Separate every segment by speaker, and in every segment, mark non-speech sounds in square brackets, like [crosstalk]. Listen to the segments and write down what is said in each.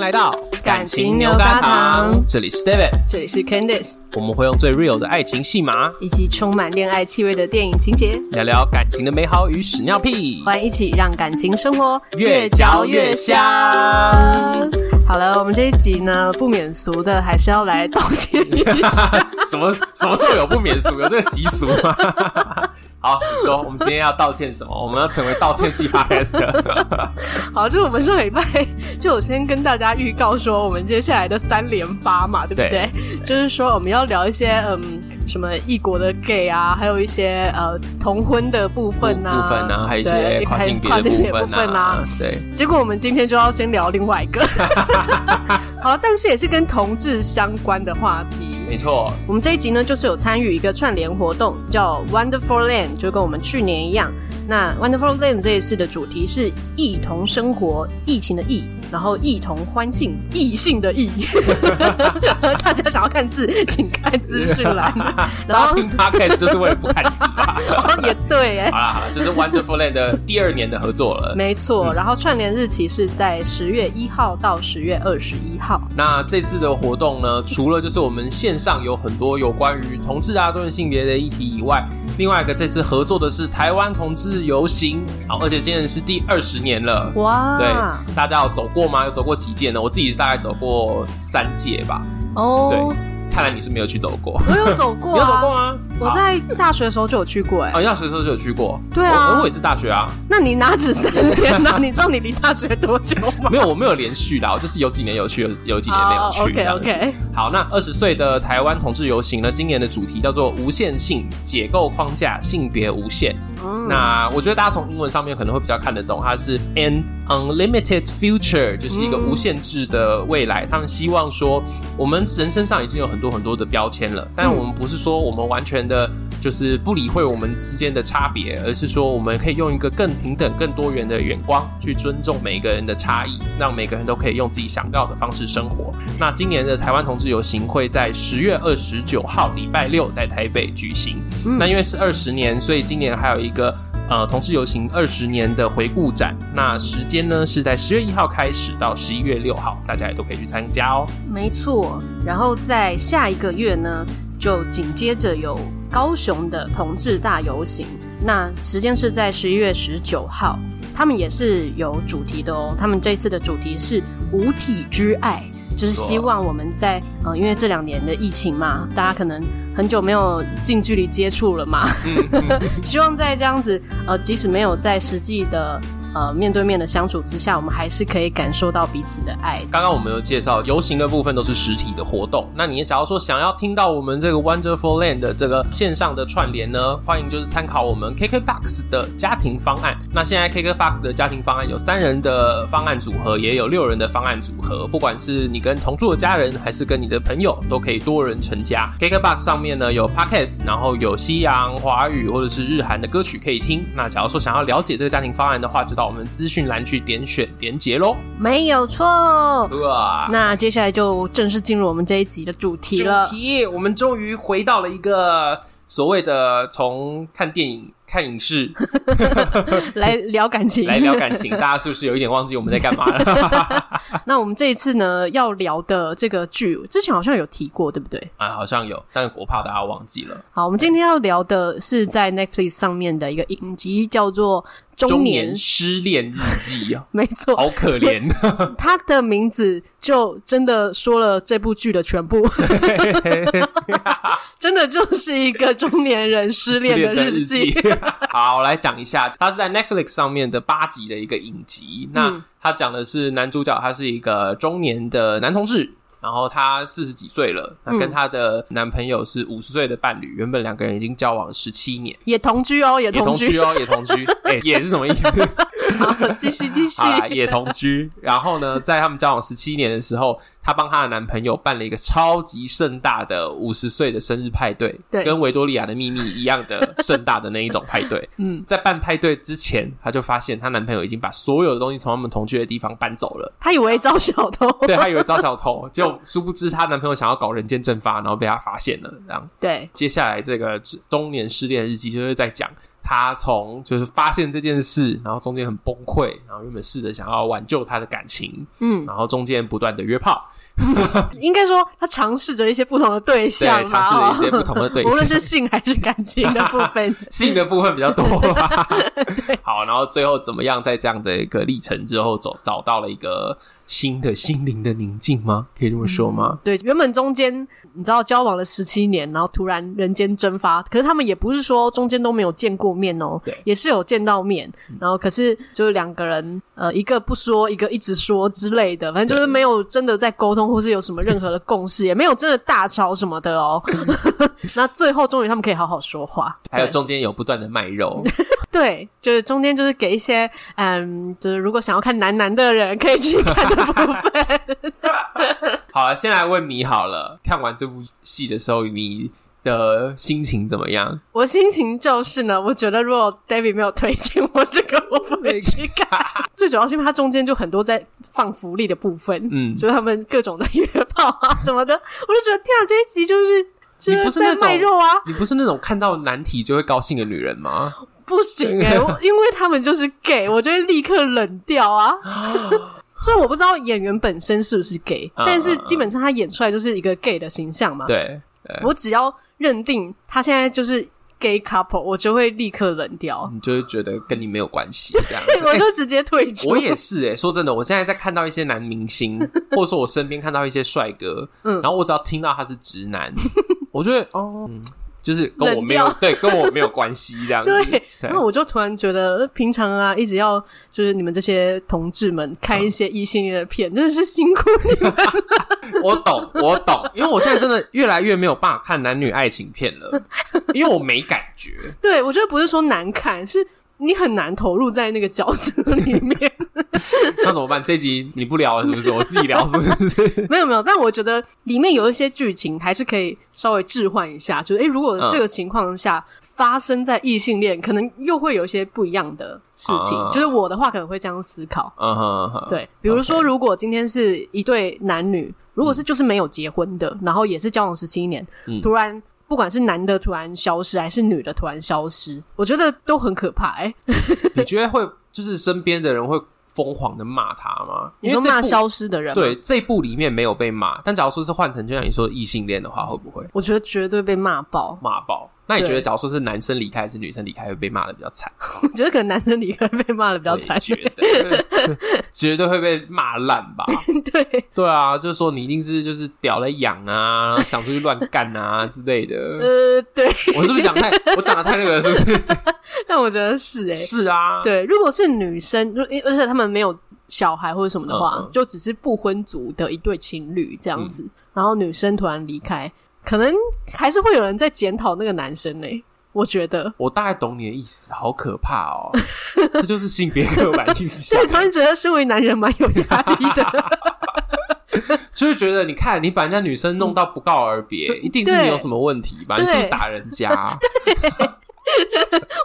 Speaker 1: 来到
Speaker 2: 感情牛轧糖
Speaker 1: 这里是 David，
Speaker 2: 这里是 Candice，
Speaker 1: 我们会用最 real 的爱情戏码
Speaker 2: 以及充满恋爱气味的电影情节，
Speaker 1: 聊聊感情的美好与屎尿屁。
Speaker 2: 欢迎一起让感情生活
Speaker 1: 越嚼越香。
Speaker 2: 好了，我们这一集呢，不免俗的还是要来道歉一下。
Speaker 1: [laughs] 什么什么时候有不免俗？有这个习俗吗？ [laughs] 好，你说我们今天要道歉什么？我们要成为道歉系 podcast
Speaker 2: [laughs]
Speaker 1: 的。
Speaker 2: 好，就是我们上礼拜就有先跟大家预告说，我们接下来的三连发嘛，对不对？
Speaker 1: 对
Speaker 2: 就是说我们要聊一些嗯，什么异国的 gay 啊，还有一些呃同婚的部分啊，
Speaker 1: 部分啊，还有一些
Speaker 2: 对
Speaker 1: 跨性别
Speaker 2: 跨性别
Speaker 1: 的
Speaker 2: 部
Speaker 1: 部分
Speaker 2: 啊
Speaker 1: 啊，。对，
Speaker 2: 结果我们今天就要先聊另外一个， [laughs] 好，但是也是跟同志相关的话题。
Speaker 1: 没错，
Speaker 2: 我们这一集呢，就是有参与一个串联活动，叫 Wonderful Land，就跟我们去年一样。那 Wonderful Land 这一次的主题是“异同生活”，疫情的疫，然后异同欢庆，异性的异。 [laughs] 大家想要看字，请看资讯栏。
Speaker 1: [laughs]
Speaker 2: 然
Speaker 1: 大家
Speaker 2: 后，
Speaker 1: 听嗯 podcast 就是为了不看字吧？
Speaker 2: 哦，也对，
Speaker 1: [laughs]
Speaker 2: 哎
Speaker 1: 好，啦好啦，这是 Wonderful Land 的第二年的合作了。
Speaker 2: 没错。
Speaker 1: 嗯
Speaker 2: 然后串联日期是在十月一号到十月二十一号。
Speaker 1: 那这次的活动呢，除了就是我们线上有很多有关于同志啊、多元性别的议题以外，另外一个这次合作的是台湾同志游行，好，而且今年是第二十年了。
Speaker 2: 哇，
Speaker 1: 对，大家有走过吗？有走过几届呢？我自己大概走过三届吧。
Speaker 2: 哦
Speaker 1: 对，看来你是没有去走过，
Speaker 2: 我有走过、啊，
Speaker 1: 你有走过？吗？
Speaker 2: 我
Speaker 1: 好
Speaker 2: 在大学的时候就有去过、哎、
Speaker 1: 啊，你大学的时候就有去过。
Speaker 2: 对啊
Speaker 1: 我我也是大学啊，
Speaker 2: 那你哪止三年呢、你知道你离大学多久吗？哦
Speaker 1: 没有，我没有连续啦，我就是有几年有去，有有几年没有去。这
Speaker 2: OK
Speaker 1: 样子
Speaker 2: OK，
Speaker 1: 好，那二十岁的台湾同志游行呢，今年的主题叫做“无限性解构框架，性别无限”
Speaker 2: 嗯
Speaker 1: 那我觉得大家从英文上面可能会比较看得懂，它是 “an unlimited future”，就是一个
Speaker 2: 嗯
Speaker 1: 无限制的未来。他们希望说，我们人身上已经有很多很多的标签了，但我们不是说我们完全的。就是不理会我们之间的差别，而是说我们可以用一个更平等、更多元的眼光去尊重每个人的差异，让每个人都可以用自己想要的方式生活。那今年的台湾同志游行会在十月二十九号礼拜六在台北举行。
Speaker 2: 嗯
Speaker 1: 那因为是二十年，所以今年还有一个呃同志游行二十年的回顾展。那时间呢是在十月一号开始到十一月六号，大家也都可以去参加哦。
Speaker 2: 没错。然后在下一个月呢，就紧接着有高雄的同志大游行，那时间是在十一月十九号，他们也是有主题的哦。他们这次的主题是无体之爱。就是希望我们在呃，因为这两年的疫情嘛，大家可能很久没有近距离接触了嘛， [laughs] 希望在这样子呃，即使没有在实际的呃面对面的相处之下，我们还是可以感受到彼此的爱。
Speaker 1: 刚刚我们有介绍游行的部分都是实体的活动，那你假如说想要听到我们这个 Wonderful Land 的这个线上的串联呢，欢迎就是参考我们 KKBox 的家庭方案。那现在 KKBox 的家庭方案有三人的方案组合，也有六人的方案组合，不管是你跟同住的家人，还是跟你的朋友，都可以多人成家。KKBox 上面呢有 Podcast，然后有西洋、华语或者是日韩的歌曲可以听。那假如说想要了解这个家庭方案的话，就到我们资讯栏去点选连结喽。
Speaker 2: 没有错。
Speaker 1: 哇！
Speaker 2: 那接下来就正式进入我们这一集的主题
Speaker 1: 主
Speaker 2: 了。
Speaker 1: 题，我们终于回到了一个所谓的从看电影、看影
Speaker 2: [laughs]
Speaker 1: 视
Speaker 2: 来聊感情。
Speaker 1: 来聊感情，大家是不是有一点忘记我们在干嘛了？
Speaker 2: [laughs]
Speaker 1: [laughs]
Speaker 2: 那我们这一次呢要聊的这个剧，之前好像有提过，对不对？
Speaker 1: 啊，好像有，但我怕大家忘记了。
Speaker 2: 好，我们今天要聊的是在 Netflix 上面的一个影集，叫做《 [laughs] 中
Speaker 1: 中
Speaker 2: 年》。
Speaker 1: 年失恋日记
Speaker 2: [laughs]
Speaker 1: 啊，
Speaker 2: 没错，
Speaker 1: 好可怜。
Speaker 2: 它的名字就真的说了这部剧的
Speaker 1: [laughs]
Speaker 2: 全部，真的就是一个中年人 [laughs] 失恋的日记。
Speaker 1: 失恋的日记。 [laughs] 好，我来讲一下，它是在 Netflix 上面的八集的一个影集。那
Speaker 2: 嗯
Speaker 1: 它讲的是男主角，他是一个中年的男同志。然后他四十几岁了，那
Speaker 2: 嗯
Speaker 1: 跟他的男朋友是五十岁的伴侣，原本两个人已经交往十七年，
Speaker 2: 也同居哦，也
Speaker 1: 也
Speaker 2: 同
Speaker 1: 同居
Speaker 2: 居。
Speaker 1: 哦，也同居，哎、也是什么意思？
Speaker 2: [laughs] 好，继续
Speaker 1: [laughs]
Speaker 2: 继续。
Speaker 1: 啊，也同居。然后呢，在他们交往十七年的时候，她帮她的男朋友办了一个超级盛大的五十岁的生日派对，
Speaker 2: 对
Speaker 1: 跟维多利亚的秘密一样的盛大的那一种派对。
Speaker 2: 嗯，
Speaker 1: 在办派对之前，她就发现她男朋友已经把所有的东西从他们同居的地方搬走了。
Speaker 2: 他以为招小偷，
Speaker 1: 对她以为招小偷，结果殊不知她男朋友想要搞人间蒸发，然后被她发现了。这样，
Speaker 2: 对
Speaker 1: 接下来这个中年失恋日记就是在讲他从就是发现这件事，然后中间很崩溃，然后原本试着想要挽救他的感情，
Speaker 2: 嗯，
Speaker 1: 然后中间不断的约炮，
Speaker 2: 应该说他尝试着一些不同的对
Speaker 1: 对，
Speaker 2: 象
Speaker 1: 尝
Speaker 2: 吧，
Speaker 1: 试了
Speaker 2: 哦
Speaker 1: 一些不同的对
Speaker 2: 无论
Speaker 1: 象
Speaker 2: 是。性还是感情的部分，
Speaker 1: [laughs] 性的部分比较
Speaker 2: [laughs]
Speaker 1: 多吧。好，然后最后怎么样，在这样的一个历程之后，走找到了一个新的心灵的宁静吗？可以这么说吗？
Speaker 2: 对，原本中间你知道交往了十七年，然后突然人间蒸发，可是他们也不是说中间都没有见过面哦
Speaker 1: 对，嗯
Speaker 2: 也是有见到面，然后可是就是两个人呃，一个不说，一个一直说之类的，反正就是没有真的在沟通，或是有什么任何的共识，也没有真的大吵什么的
Speaker 1: [laughs]
Speaker 2: 哦。 [laughs] 那最后终于他们可以好好说话，
Speaker 1: 还有
Speaker 2: 对
Speaker 1: 中间有不断的卖
Speaker 2: [laughs]
Speaker 1: 肉，
Speaker 2: 对，就是中间就是给一些嗯，就是如果想要看男男的人可以去看的部
Speaker 1: [laughs]
Speaker 2: 分。
Speaker 1: 好了，先来问你好了。看完这部戏的时候，你的心情怎么样？
Speaker 2: 我心情就是呢，我觉得如果 David 没有推荐我这个，我不会去看。最主要是因为它中间就很多在放福利的部分，
Speaker 1: 嗯
Speaker 2: 就是他们各种的约炮啊什么的，我就觉得天啊，这一集就是
Speaker 1: 你
Speaker 2: 就
Speaker 1: 不是那
Speaker 2: 在
Speaker 1: 种
Speaker 2: 卖肉啊，
Speaker 1: 你不是那种看到难题就会高兴的女人
Speaker 2: [laughs]
Speaker 1: 吗？
Speaker 2: 不
Speaker 1: [laughs]
Speaker 2: 行哎、我因为他们就是 gay，我就会立刻冷
Speaker 1: [gasps]
Speaker 2: 掉啊。虽然我不知道演员本身是不是 gay，、
Speaker 1: 嗯
Speaker 2: 但是基本上他演出来就是一个 gay 的形象嘛。
Speaker 1: 对，对
Speaker 2: 我只要认定他现在就是 gay couple，我就会立刻冷掉。。
Speaker 1: 你就会觉得跟你没有关系这样
Speaker 2: [laughs] 我就直接退出。
Speaker 1: 嗯我也是诶、说真的，我现在在看到一些男明
Speaker 2: [laughs]
Speaker 1: 星，或者说我身边看到一些帅哥，
Speaker 2: 嗯
Speaker 1: 然后我只要听到他是直
Speaker 2: [laughs]
Speaker 1: 男，我就会哦、嗯，就是跟我
Speaker 2: 冷
Speaker 1: 没
Speaker 2: [laughs]
Speaker 1: 有
Speaker 2: 掉
Speaker 1: 对，跟我没有关系这样子。
Speaker 2: 对，
Speaker 1: 对
Speaker 2: 然后我就突然觉得，呃平常啊，一直要就是你们这些同志们看一些异性恋的片，真的是辛苦你们。
Speaker 1: 我懂，我懂，因为我现在真的越来越没有办法看男女爱情片了，
Speaker 2: [laughs]
Speaker 1: 因为我没感觉。
Speaker 2: 对我觉得不是说难看，是你很难投入在那个角色里面。
Speaker 1: 那怎么办？这集你不聊了是不是？我自己聊是不
Speaker 2: [laughs]
Speaker 1: 是？
Speaker 2: 没有没有，但我觉得里面有一些剧情还是可以稍微置换一下，就是诶，如
Speaker 1: 嗯
Speaker 2: 果这个情况下、发生在异性恋，可能又会有一些不一样的事情。
Speaker 1: 啊
Speaker 2: 就是我的话，可能会这样思考。
Speaker 1: 嗯哼哼，
Speaker 2: 对，比如说，
Speaker 1: OK
Speaker 2: 如果今天是一对男女，如果是就是没有结婚的，然后也是交往十七年，
Speaker 1: 嗯
Speaker 2: 突然不管是男的突然消失，还是女的突然消失，我觉得都很可怕、欸。 [laughs]
Speaker 1: 你觉得会就是身边的人会疯狂的骂他吗？因
Speaker 2: 你
Speaker 1: 为
Speaker 2: 说
Speaker 1: 这
Speaker 2: 骂
Speaker 1: 部
Speaker 2: 消失的人，
Speaker 1: 对，这部里面没有被骂，但假如说是换成就像你说的异性恋的话，会不会
Speaker 2: 我觉得绝对被骂爆。 [laughs]
Speaker 1: 骂爆？那你
Speaker 2: 对
Speaker 1: 觉得，假如说是男生离开还是女生离开，会被骂的比较惨？
Speaker 2: 我觉得可能男生理科被骂 [laughs] 的比
Speaker 1: 比
Speaker 2: 较惨。
Speaker 1: 觉得绝对会被骂烂吧？
Speaker 2: [laughs] 对，
Speaker 1: 对啊， [laughs] 就是说你一定是就是屌了痒啊，然后想出去乱干啊之类
Speaker 2: [laughs]
Speaker 1: 的。
Speaker 2: 呃，对，
Speaker 1: 我是不是讲太我讲的太那个了？是
Speaker 2: [laughs]
Speaker 1: 不是？
Speaker 2: 但我觉得是哎、
Speaker 1: 是啊，
Speaker 2: 对，如果是女生，就而且他们没有小孩或者什么的话，
Speaker 1: 嗯嗯嗯
Speaker 2: 就只是不婚族的一对情侣这样子，然后女生突然离开，可能还是会有人在检讨那个男生呢、我觉得，
Speaker 1: 我大概懂你的意思，好可怕哦！这就是性别刻板印象
Speaker 2: [laughs] 所以，突然觉得身为男人蛮有压力
Speaker 1: [laughs]
Speaker 2: 的。
Speaker 1: 就是觉得你看你把人家女生弄到不告而别，一定是你有什么问题吧？
Speaker 2: 嗯对
Speaker 1: 你是不是打人
Speaker 2: [laughs]
Speaker 1: 家？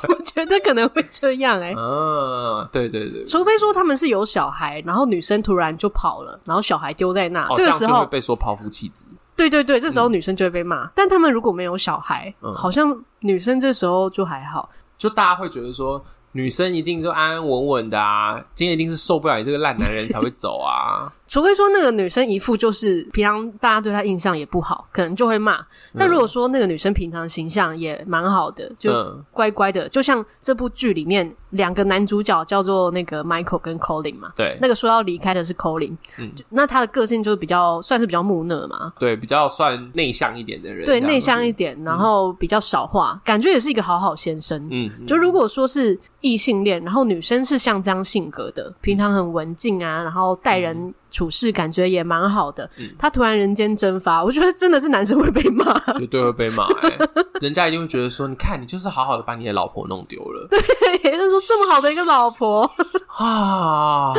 Speaker 2: 我觉得可能会这样哎、
Speaker 1: 嗯，对对对，
Speaker 2: 除非说他们是有小孩，然后女生突然就跑了，然后小孩丢在那，
Speaker 1: 哦，这
Speaker 2: 这个
Speaker 1: 样
Speaker 2: 时
Speaker 1: 就会
Speaker 2: 候，
Speaker 1: 被说抛夫弃子。
Speaker 2: 对对对，这时候女生就会被骂。但他们如果没有小孩，
Speaker 1: 嗯
Speaker 2: 好像女生这时候就还好。
Speaker 1: 就大家会觉得说，女生一定就安安稳稳的啊，今天一定是受不了你这个烂男人才会走啊。
Speaker 2: 除非说那个女生一副就是平常大家对她印象也不好，可能就会骂。
Speaker 1: 嗯
Speaker 2: 但如果说那个女生平常形象也蛮好的， [laughs] 就
Speaker 1: 嗯
Speaker 2: 乖乖的，就像这部剧里面两个男主角叫做那个 Michael 跟 Colin 嘛，
Speaker 1: 对
Speaker 2: 那个说要离开的是 Colin，、
Speaker 1: 嗯
Speaker 2: 就那他的个性就是比较算是比较木讷嘛，
Speaker 1: 对，比较算内向一点的人，这
Speaker 2: 对，
Speaker 1: 样子
Speaker 2: 内向一，点，然后比较少话，感觉也是一个好好先生。
Speaker 1: 嗯，嗯
Speaker 2: 就如果说是异性恋，然后女生是像这样性格的，平常很文静啊，然后待
Speaker 1: 嗯
Speaker 2: 人处事感觉也蛮好的，她突然人间蒸发，我觉得真的是男生会被骂。 [laughs]
Speaker 1: 绝对会被骂、欸，人家一定会觉得说，你看你就是好好的把你的老婆弄丢了
Speaker 2: 对，那时候这么好的一个老婆，
Speaker 1: 啊，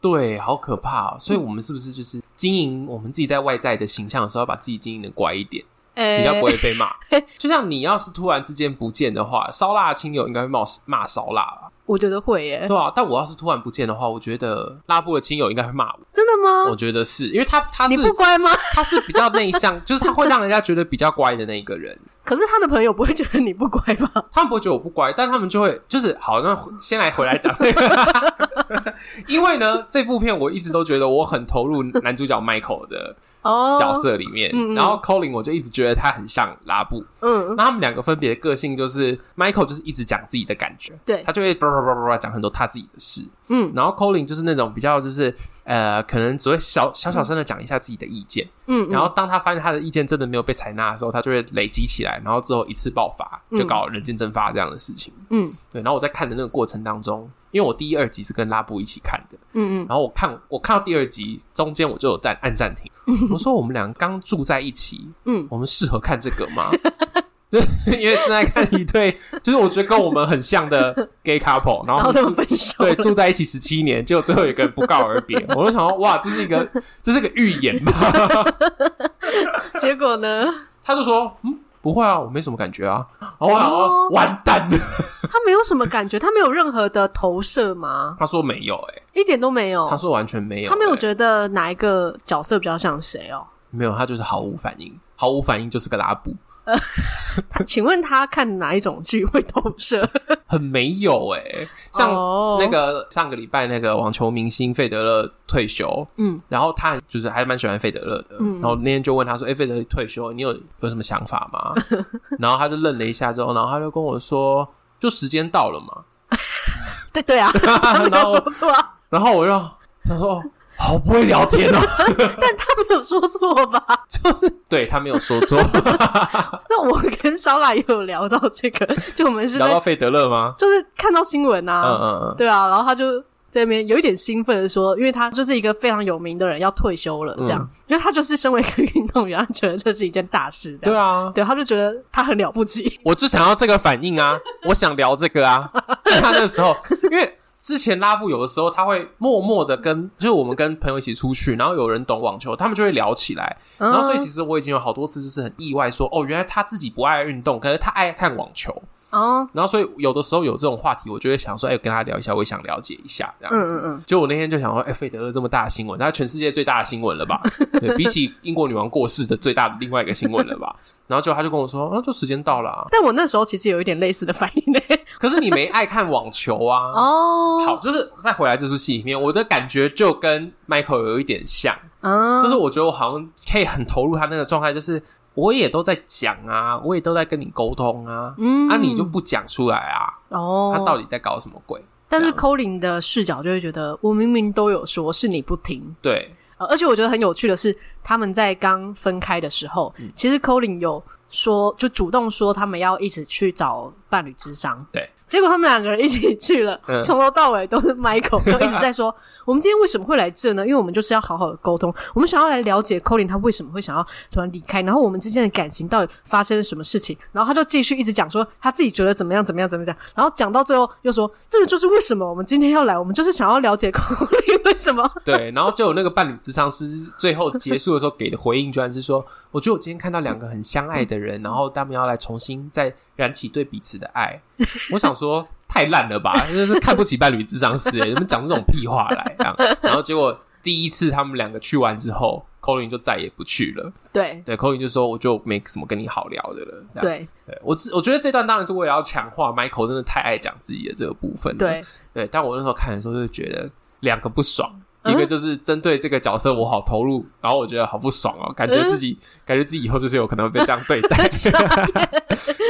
Speaker 1: 对，好可怕哦、所以我们是不是就是经营我们自己在外在的形象的时候，要把自己经营的乖一点？比
Speaker 2: 哎
Speaker 1: 较不会被骂。 [laughs] 就像你要是突然之间不见的话，烧腊亲友应该会骂骂烧腊吧？
Speaker 2: 我觉得会耶，
Speaker 1: 对啊，但我要是突然不见的话，我觉得拉布的亲友应该会骂我。
Speaker 2: 真的
Speaker 1: 我
Speaker 2: 吗？
Speaker 1: 觉得是因为他他
Speaker 2: 嗯你
Speaker 1: 是
Speaker 2: 不乖吗？ [laughs]
Speaker 1: 他是比较内向， [laughs] 就是他会让人家觉得比较乖的那一个人。
Speaker 2: 可是他的朋友不会觉得你不乖吧？
Speaker 1: 他们不会觉得我不乖，但他们就会就是好。那先来回来讲 [laughs] 这个，因为呢，这部片我一直都觉得我很投入男主角 Michael 的 [laughs]
Speaker 2: 哦，
Speaker 1: 角，色里面，
Speaker 2: 嗯嗯
Speaker 1: 然后 Colin 我就一直觉得他很像拉布。
Speaker 2: 嗯，
Speaker 1: 那他们两个分别的个性就是 Michael 就是一直讲自己的感觉，
Speaker 2: 对
Speaker 1: 他，就会叭叭叭叭叭讲很多他自己的事，
Speaker 2: 嗯
Speaker 1: 然后 Colin 就是那种比较就是呃，可能只会小小小声的讲一下自己的意见，
Speaker 2: 嗯，嗯
Speaker 1: 然后当他发现他的意见真的没有被采纳的时候，他就会累积起来，然后之后一次爆发，就搞人间蒸发这样的事情。
Speaker 2: 嗯
Speaker 1: 对，然后我在看的那个过程当中，因为我第一、二集是跟拉布一起看的，
Speaker 2: 嗯嗯，
Speaker 1: 然后我看我看到第二集中间我就有暂按暂
Speaker 2: [laughs]
Speaker 1: 停，我说我们俩刚住在一起，
Speaker 2: 嗯
Speaker 1: 我们适合看这个吗？ [laughs] 就是因为正在看一对，就是我觉得跟我们很像的 gay couple，然
Speaker 2: 然
Speaker 1: 后
Speaker 2: 后
Speaker 1: 他
Speaker 2: 他
Speaker 1: 们
Speaker 2: 们
Speaker 1: 住
Speaker 2: 分手
Speaker 1: 对
Speaker 2: 了，
Speaker 1: 住在一起十七年，结果最后有一个人不告而别，我就想说哇，这是一个这是个预言吧？
Speaker 2: 结果呢，
Speaker 1: [laughs]
Speaker 2: [laughs]
Speaker 1: 他就说嗯不会啊，我没什么感觉啊，然后我想说
Speaker 2: 哦
Speaker 1: 完蛋了，
Speaker 2: 他没有什么感觉，他没有任何的投射吗？
Speaker 1: 他说没有哎、
Speaker 2: 一点都没有。
Speaker 1: 他说完全没有、
Speaker 2: 他没有
Speaker 1: 欸
Speaker 2: 觉得哪一个角色比较像谁
Speaker 1: [laughs]
Speaker 2: 哦？
Speaker 1: 没有，他就是毫无反应，毫无反应就是个拉布，
Speaker 2: 他请问他看哪一种剧会投射？
Speaker 1: 很没有哎、像
Speaker 2: 哦
Speaker 1: 那个上个礼拜那个网球明星费德勒退休，
Speaker 2: 嗯，
Speaker 1: 然后他就是还蛮喜欢费德勒的，
Speaker 2: 嗯
Speaker 1: 然后那天就问他说：“哎、费德勒退休，你有有什么想法吗？” [laughs] 然后他就愣了一下之后，然后他就跟我说：“就时间到了嘛。
Speaker 2: [laughs] 对
Speaker 1: [laughs]
Speaker 2: 对啊，他没
Speaker 1: 然
Speaker 2: 有
Speaker 1: 后
Speaker 2: 说错啊，”
Speaker 1: 然后我就他说：“哦，好不会聊天哦。 [laughs]
Speaker 2: 但他没有说错吧？” [laughs]
Speaker 1: 就是对他没有说错，
Speaker 2: 那我跟烧腊也有聊到这个， [laughs] 就我们是
Speaker 1: 聊到
Speaker 2: 在
Speaker 1: 费德勒吗？
Speaker 2: 就是看到新闻
Speaker 1: 嗯
Speaker 2: 啊，
Speaker 1: 嗯嗯，
Speaker 2: 对啊，然后他就在那边有一点兴奋的说，因为他就是一个非常有名的人要退休
Speaker 1: 嗯
Speaker 2: 了，这样，因为他就是身为一个运动员，他觉得这是一件大事，这
Speaker 1: 对
Speaker 2: 样，
Speaker 1: 啊，
Speaker 2: 对，他就觉得他很了不
Speaker 1: [laughs]
Speaker 2: 起，
Speaker 1: 我就想要这个反应
Speaker 2: [laughs]
Speaker 1: 啊，我想聊这个啊。 [laughs] 他那时候，因为之前拉布有的时候他会默默的跟，就是我们跟朋友一起出去，然后有人懂网球，他们就会聊起来。
Speaker 2: 嗯
Speaker 1: 然后所以其实我已经有好多次就是很意外说，哦，原来他自己不爱运动，可是他爱看网球。
Speaker 2: 哦，
Speaker 1: 然后所以有的时候有这种话题，我就会想说，哎、跟他聊一下，我也想了解一下这样
Speaker 2: 嗯
Speaker 1: 子。
Speaker 2: 嗯嗯，
Speaker 1: 就我那天就想说，哎、费德勒这么大的新闻，他全世界最大的新闻了吧？对比起英国女王过世的最大的另外一个新闻了吧？ [laughs] 然后就他就跟我说，啊，就时间到了、啊。
Speaker 2: 但我那时候其实有一点类似的反应
Speaker 1: [laughs]
Speaker 2: 呢，
Speaker 1: 可是你没爱看网球啊。
Speaker 2: [laughs] 哦
Speaker 1: 好，，就是再回来这出戏里面，我的感觉就跟 Michael 有一点像，
Speaker 2: 嗯，
Speaker 1: 就是我觉得我好像可以很投入他那个状态，就是我也都在讲啊，我也都在跟你沟通啊，
Speaker 2: 嗯
Speaker 1: 啊你就不讲出来啊，
Speaker 2: 哦，
Speaker 1: 他到底在搞什么鬼？
Speaker 2: 但是
Speaker 1: 这样
Speaker 2: Colin 的视角就会觉得，我明明都有说，是你不听。
Speaker 1: 对，
Speaker 2: 呃而且我觉得很有趣的是，他们在刚分开的时候，
Speaker 1: 嗯
Speaker 2: 其实 Colin 有说，就主动说他们要一起去找伴侣智商。
Speaker 1: 对，
Speaker 2: 结果他们两个人一起去了
Speaker 1: 嗯，
Speaker 2: 从、头到尾都是 Michael 就一直在说， [laughs] 我们今天为什么会来这呢？因为我们就是要好好的沟通，我们想要来了解 Colin 他为什么会想要突然离开，然后我们之间的感情到底发生了什么事情，然后他就继续一直讲说他自己觉得怎么样怎么样怎么样，然后讲到最后又说，这个就是为什么我们今天要来，我们就是想要了解 [laughs] Colin 为什么
Speaker 1: [laughs] 对，然后就有那个伴侣智商师最后结束的时候给的回应，居然是说：“我觉得我今天看到两个很相爱的
Speaker 2: 嗯
Speaker 1: 人，然后他们要来重新再燃起对彼此的爱。”我想说太烂了吧，真的是看不起伴侣智商师、欸，你们讲这种屁话来这样。然后结果第一次他们两个去完之后，Colin 就再也不去了。
Speaker 2: 对。
Speaker 1: 对，Colin 啊就说：“我就没什么跟你好聊的了。这样”
Speaker 2: 对
Speaker 1: 对，我只我觉得这段当然是为了要强化 Michael 真的太爱讲自己的这个部分了。
Speaker 2: 对，
Speaker 1: 对，但我那时候看的时候就觉得两个不爽，
Speaker 2: 嗯，
Speaker 1: 一个就是针对这个角色我好投入，然后我觉得好不爽哦，感觉自己、感觉自己以后就是有可能会被这样对待。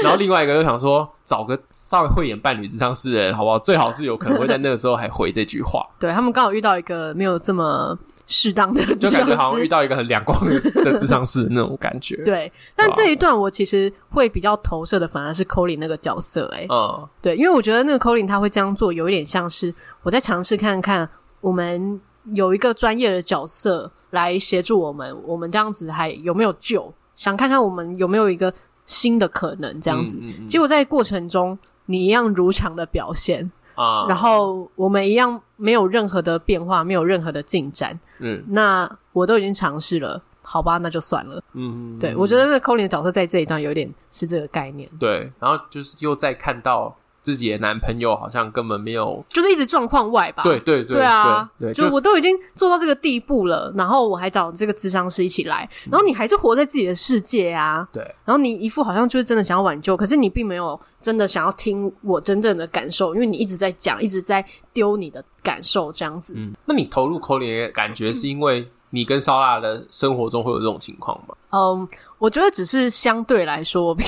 Speaker 1: 然后另外一个就想说，找个稍微会演伴侣智商师的人好不好？最好是有可能会在那个时候还回这句话
Speaker 2: [laughs] 对他们刚好遇到一个没有这么适当的
Speaker 1: 就
Speaker 2: 治
Speaker 1: 感觉好
Speaker 2: 疗
Speaker 1: 像遇
Speaker 2: 师。
Speaker 1: 到一个很两光的智商师的那种感觉。，
Speaker 2: 对，但这一段我其实会比较投射的，反而是 Colin 那个角色、欸，
Speaker 1: 嗯，
Speaker 2: 对，因为我觉得那个 Colin 他会这样做，有一点像是我在尝试看看，我们有一个专业的角色来协助我们，我们这样子还有没有救？想看看我们有没有一个新的可能，
Speaker 1: 这
Speaker 2: 这样子。
Speaker 1: 嗯嗯
Speaker 2: 结果在过程中，你一样如常的表现，
Speaker 1: 啊，
Speaker 2: 然后我们一样没有任何的变化，没有任何的进展。
Speaker 1: 嗯，
Speaker 2: 那我都已经尝试了，好吧，那就算了。
Speaker 1: 嗯，
Speaker 2: 对我觉得那 Colin 的角色在这一段有点是这个概念，
Speaker 1: 对，然后就是又再看到自己的男朋友好像根本没有，
Speaker 2: 就是一直状况外吧。
Speaker 1: 对对
Speaker 2: 对啊，
Speaker 1: 对，对
Speaker 2: 就
Speaker 1: 就
Speaker 2: 我都已经做到这个地步了，然后我还找这个智商师一起来，然后你还是活在自己的世界啊，
Speaker 1: 对，
Speaker 2: 嗯然后你一副好像就是真的想要挽救，可是你并没有真的想要听我真正的感受，因为你一直在讲，一直在丢你的感受这样子。
Speaker 1: 嗯，那你投入 Colin 的感觉是因为你跟烧腊的生活中会有这种情况吗？
Speaker 2: 嗯，我觉得只是相对来说， [laughs] 我比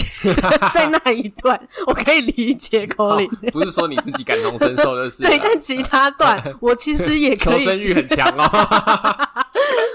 Speaker 2: 在那一段我可以理解 Colin，、
Speaker 1: 哦不是说你自己感同身受的 [laughs] 是啊，
Speaker 2: 对，但其他
Speaker 1: [laughs]
Speaker 2: 段我其实也可
Speaker 1: 求
Speaker 2: 以
Speaker 1: 生欲很强哦。 [laughs]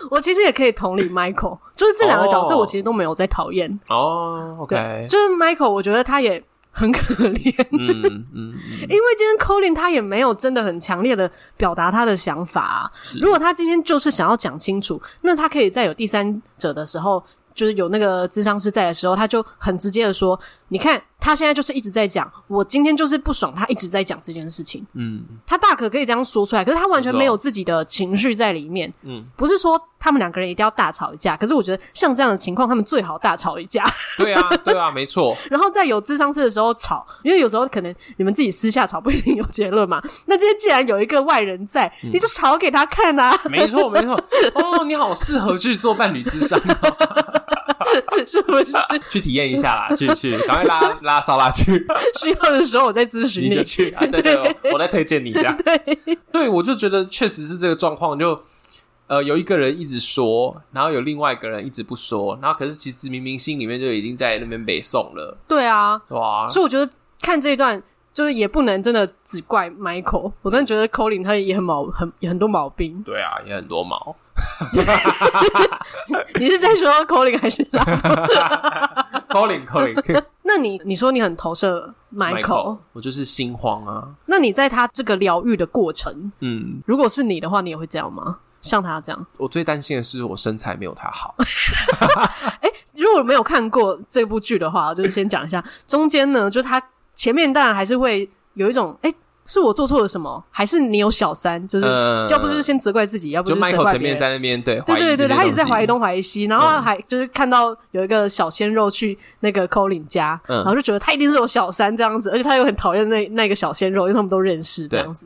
Speaker 2: 我其实也可以同理 Michael，就是这两个角色
Speaker 1: 哦
Speaker 2: 我其实都没有在讨厌。
Speaker 1: 哦
Speaker 2: 对
Speaker 1: ，OK，，
Speaker 2: 就是 Michael，我觉得他也很可怜，
Speaker 1: 嗯嗯嗯，
Speaker 2: [laughs] 因为今天 Colin 他也没有真的很强烈的表达他的想法、啊。如果他今天就是想要讲清楚，那他可以在有第三者的时候。就是有那个智商师在的时候，他就很直接的说：“你看，他现在就是一直在讲，我今天就是不爽，他一直在讲这件事情。”
Speaker 1: 嗯
Speaker 2: 他大可可以这样说出来，可是他完全
Speaker 1: 没错
Speaker 2: 没有自己的情绪在里面。
Speaker 1: 嗯，
Speaker 2: 不是哦说他们两个人一定要大吵一架，可是我觉得像这样的情况，他们最好大吵一架， [laughs]
Speaker 1: 对啊，对啊，没错，
Speaker 2: 然后在有智商师的时候吵，因为有时候可能你们自己私下吵不一定有结论嘛。那今天既然有一个外人在，你就吵给他看啊， [laughs]
Speaker 1: 没错，没错。哦，你好，适合去做伴侣智商哦，
Speaker 2: 是不是？
Speaker 1: 去体验一下啦，去去，赶快拉拉烧腊去，
Speaker 2: 需要的时候我再咨询
Speaker 1: 你就 [laughs]
Speaker 2: 你。
Speaker 1: 去啊，对对，我我来推荐你这样。
Speaker 2: [laughs] 对，
Speaker 1: 对，我就觉得确实是这个状况，就呃有一个人一直说，然后有另外一个人一直不说，然后可是其实明明心里面就已经在那边北宋了，
Speaker 2: 对啊，
Speaker 1: 哇，
Speaker 2: 所以我觉得看这一段。就是也不能真的只怪 Michael，我真的觉得 Colin 他也很毛很也很多毛病。
Speaker 1: 对啊，也很多毛，
Speaker 2: 你是在说 Colin 还是拉
Speaker 1: 扣零扣
Speaker 2: [laughs]
Speaker 1: 零
Speaker 2: 那你你说你很投射 Michael，,
Speaker 1: 我就是心慌啊，
Speaker 2: 那你在他这个疗愈的过程，
Speaker 1: 嗯，
Speaker 2: 如果是你的话，你也会这样吗？像他这样？
Speaker 1: 我最担心的是我身材没有他好，
Speaker 2: 如果没有看过这部剧的话，就是先讲一下，中间呢，就他前面当然还是会有一种，哎、是我做错了什么，还是你有小三？就是、
Speaker 1: 嗯
Speaker 2: 要不就是先责怪自己，要不
Speaker 1: 就
Speaker 2: 责怪
Speaker 1: Michael 前
Speaker 2: 别人
Speaker 1: 面。在那边对，
Speaker 2: 对
Speaker 1: 怀疑
Speaker 2: 对对，
Speaker 1: 这些
Speaker 2: 对他一直在
Speaker 1: 东西嗯
Speaker 2: 怀疑东怀疑西，然后还就是看到有一个小鲜肉去那个 Colin 家，
Speaker 1: 嗯
Speaker 2: 然后就觉得他一定是有小三这样子，而且他又很讨厌那那个小鲜肉，因为他们都认识这样子。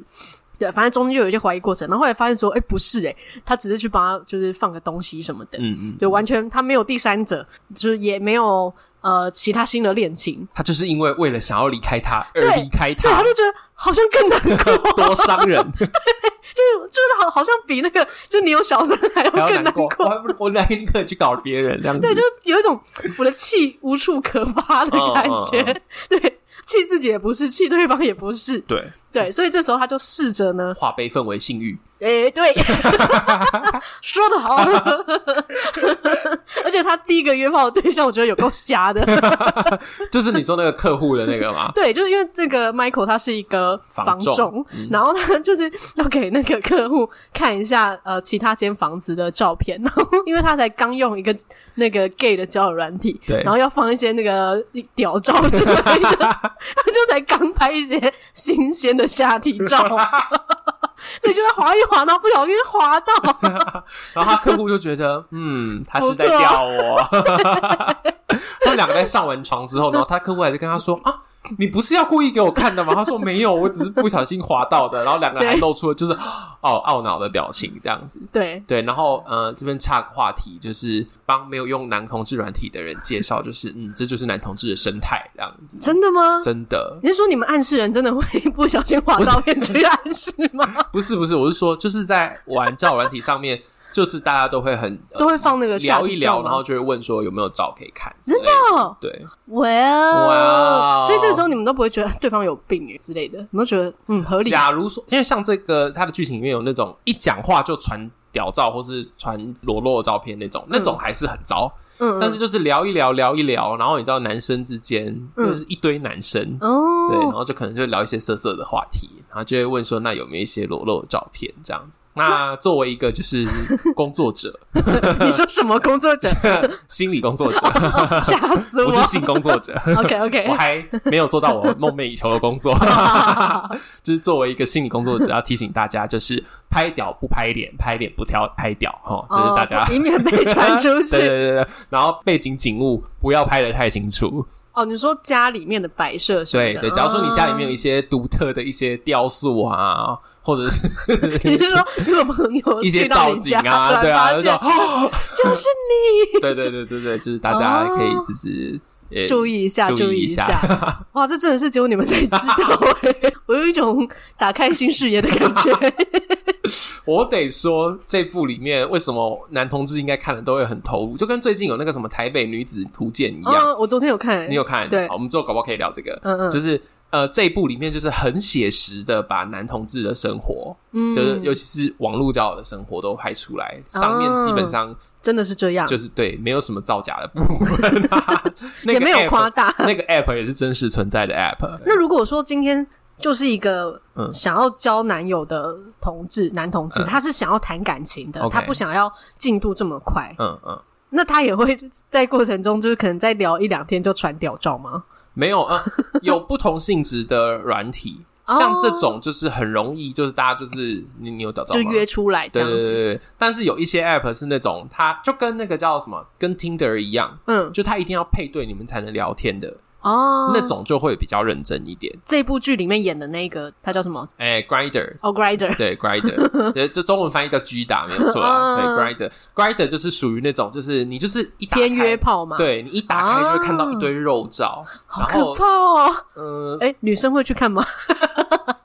Speaker 2: 对，反正中间就有一些怀疑过程，然后后来发现说，哎、不是哎、他只是去帮他就是放个东西什么的，
Speaker 1: 嗯嗯，
Speaker 2: 对，完全他没有第三者，就是也没有呃其他新的恋情，
Speaker 1: 他就是因为为了想要离开他而
Speaker 2: 对
Speaker 1: 离开
Speaker 2: 对，他
Speaker 1: 他，
Speaker 2: 就觉得好像更难
Speaker 1: [laughs]
Speaker 2: 过，
Speaker 1: 多伤
Speaker 2: [laughs]
Speaker 1: 人。
Speaker 2: 就是就是好好像比那个就你有小三还要
Speaker 1: 还要
Speaker 2: 更难
Speaker 1: 过，我还不如我来宁可去搞别人这样子。
Speaker 2: 对，就是有一种我的气无处可发的感觉，
Speaker 1: 嗯嗯
Speaker 2: [laughs] 对，气自己也不是，气对方也不是，
Speaker 1: 对，
Speaker 2: 对，所以这时候他就试着呢，
Speaker 1: 化悲愤为性欲，
Speaker 2: 诶、对， [laughs] 说的好， [laughs] 而且他第一个约炮的对象，我觉得有够瞎的。。
Speaker 1: 就是你做那个客户的那个嘛
Speaker 2: [laughs] 对，就是因为这个 Michael 他是一个房嗯
Speaker 1: 房仲
Speaker 2: 然后他就是 [laughs] 要给那个客户看一下呃其他间房子的照片，然后因为他才刚用一个那个 gay 的交友软体，
Speaker 1: 对
Speaker 2: 然后要放一些那个屌照之类的， [laughs] 他就才刚拍一些新鲜的下体 [laughs] 照，所以就在滑一滑，然后不小心滑到，
Speaker 1: 然后他客户就觉得，嗯，他是在
Speaker 2: 不错
Speaker 1: 钓我。 [laughs] 他们两个在上完床之后，然后他客户还是跟他说啊。你不是要故意给我看的吗？他说没有，我只是不小心滑到的。然后两个人还
Speaker 2: 对
Speaker 1: 露出了就是懊懊恼的表情，这样子。
Speaker 2: 对。
Speaker 1: 对，然后呃，这边岔个话题，就是帮没有用男同志软体的人介绍，就是嗯，这就是男同志的生态，这样子。
Speaker 2: 真的吗？
Speaker 1: 真的，
Speaker 2: 你是说你们暗示人真的会不小心滑照片去暗示吗？
Speaker 1: 不是不是，我是说，就是在玩交友软体上面，就是大家都会很、呃
Speaker 2: [laughs] 都会放那个下
Speaker 1: 聊
Speaker 2: 体
Speaker 1: 一
Speaker 2: 照
Speaker 1: 聊，
Speaker 2: 吗
Speaker 1: 然后就会问说有没有照可以看，
Speaker 2: 真的哦
Speaker 1: 对，
Speaker 2: 哇
Speaker 1: 哇
Speaker 2: 哦！
Speaker 1: 哦
Speaker 2: 所以这个时候你们都不会觉得对方有病耶之类的，你们都觉得嗯合理。
Speaker 1: 假如说，因为像这个它的剧情里面有那种一讲话就传屌照或是传裸露的照片那种，那种还是很糟。
Speaker 2: 嗯嗯，嗯
Speaker 1: 但是就是聊一聊，聊一聊，然后你知道男生之间
Speaker 2: 嗯
Speaker 1: 就是一堆男生，对，然
Speaker 2: 哦，
Speaker 1: 后就可能就聊一些色色的话题，然后就会问说，那有没有一些裸露的照片这样子？
Speaker 2: [laughs]
Speaker 1: 那作为一个就是工作者，
Speaker 2: 你说什么工作者？
Speaker 1: 心理工
Speaker 2: [laughs]
Speaker 1: 作者，
Speaker 2: 吓死
Speaker 1: 不
Speaker 2: 我
Speaker 1: 是性工作者，
Speaker 2: ！OK
Speaker 1: 我
Speaker 2: OK，
Speaker 1: 还没有做到我梦寐以求的工
Speaker 2: [laughs]
Speaker 1: 作，就是作为一个心理工作者，要提醒大家，就是拍屌不拍脸，拍脸不挑拍屌，哈，就是大家、
Speaker 2: 哦以免被传出
Speaker 1: [laughs] 对对
Speaker 2: 去。
Speaker 1: 对对，然后背景景物不要拍的太清楚，
Speaker 2: 哦，你说家里面的摆设什么
Speaker 1: 对
Speaker 2: 的？哦
Speaker 1: 对，假如说你家里面有
Speaker 2: 有，
Speaker 1: 一些独特的一些雕塑啊，或者
Speaker 2: [laughs]
Speaker 1: 是
Speaker 2: 你是说如果朋
Speaker 1: [laughs]
Speaker 2: 友
Speaker 1: 一些
Speaker 2: 去到
Speaker 1: 造
Speaker 2: 你
Speaker 1: 景
Speaker 2: 家，
Speaker 1: 啊，
Speaker 2: 突
Speaker 1: 对啊，
Speaker 2: 然 [laughs]
Speaker 1: 就
Speaker 2: 发
Speaker 1: 是说
Speaker 2: 现
Speaker 1: 哦
Speaker 2: 哦就是
Speaker 1: 对对对对对，就是大家可
Speaker 2: 哦
Speaker 1: 以只是、呃
Speaker 2: 你，注意一下，
Speaker 1: 注
Speaker 2: 注
Speaker 1: 意
Speaker 2: 意
Speaker 1: 一
Speaker 2: 一
Speaker 1: 下
Speaker 2: 下。
Speaker 1: [laughs]
Speaker 2: 哇，这真的是只有你们才知道哎，我有一种打开新视野的感觉。
Speaker 1: 我得说，这部里面为什么男同志应该看了都会很投入，就跟最近有那个什么台北女子图鉴 [laughs] 一样，
Speaker 2: 嗯，我昨天有看，
Speaker 1: 你有看？哦
Speaker 2: 对
Speaker 1: 好我们之后搞不好可以聊这个。
Speaker 2: 嗯嗯
Speaker 1: 就是呃，这一部里面就是很写实的把男同志的生活，
Speaker 2: 嗯，
Speaker 1: 就是尤其是网络交友的生活都拍出来，上面基本上
Speaker 2: 真的是这样，
Speaker 1: 就是对，没有什么造假的部分、
Speaker 2: [laughs]
Speaker 1: 啊，那个
Speaker 2: 也没有
Speaker 1: app-
Speaker 2: 夸大。
Speaker 1: 那个 app 也是真实存在的 app，
Speaker 2: [laughs] 那如果说今天就是一个
Speaker 1: 嗯
Speaker 2: 想要交男友的同志，男同志，他是想要谈感情的，
Speaker 1: OK
Speaker 2: 他不想要进度这么快，
Speaker 1: 嗯嗯。
Speaker 2: 那他也会在过程中就是可能再聊一两天就传屌照吗？
Speaker 1: 没有，呃，有不同性质的软体，
Speaker 2: [laughs] 哦
Speaker 1: 像这种就是很容易，就是大家就是你你有找到
Speaker 2: 就
Speaker 1: 吗？
Speaker 2: 约出来这
Speaker 1: 对
Speaker 2: 样
Speaker 1: 对对
Speaker 2: 子，
Speaker 1: 对，对但是有一些 app 是那种，它就跟那个叫什么，跟 Tinder 一样，
Speaker 2: 嗯，
Speaker 1: 就它一定要配对你们才能聊天的、
Speaker 2: 哦，
Speaker 1: 那种，就会比较认真一点。
Speaker 2: 这部剧里面演的那个他叫什么？
Speaker 1: 哎、g r i d e r
Speaker 2: 哦，Grider，
Speaker 1: [laughs] 对
Speaker 2: [laughs]
Speaker 1: Grider，对，这中文翻译叫 G 打没有错啦。对
Speaker 2: 嗯
Speaker 1: Grider，Grider 就是属于那种，就是你就是一打开
Speaker 2: 偏约，炮吗？，
Speaker 1: 对你一打开就会看到一堆肉照，
Speaker 2: 好
Speaker 1: 然
Speaker 2: 可
Speaker 1: 后
Speaker 2: 怕哦！
Speaker 1: 嗯、
Speaker 2: 哎，女生会去看吗？ [laughs]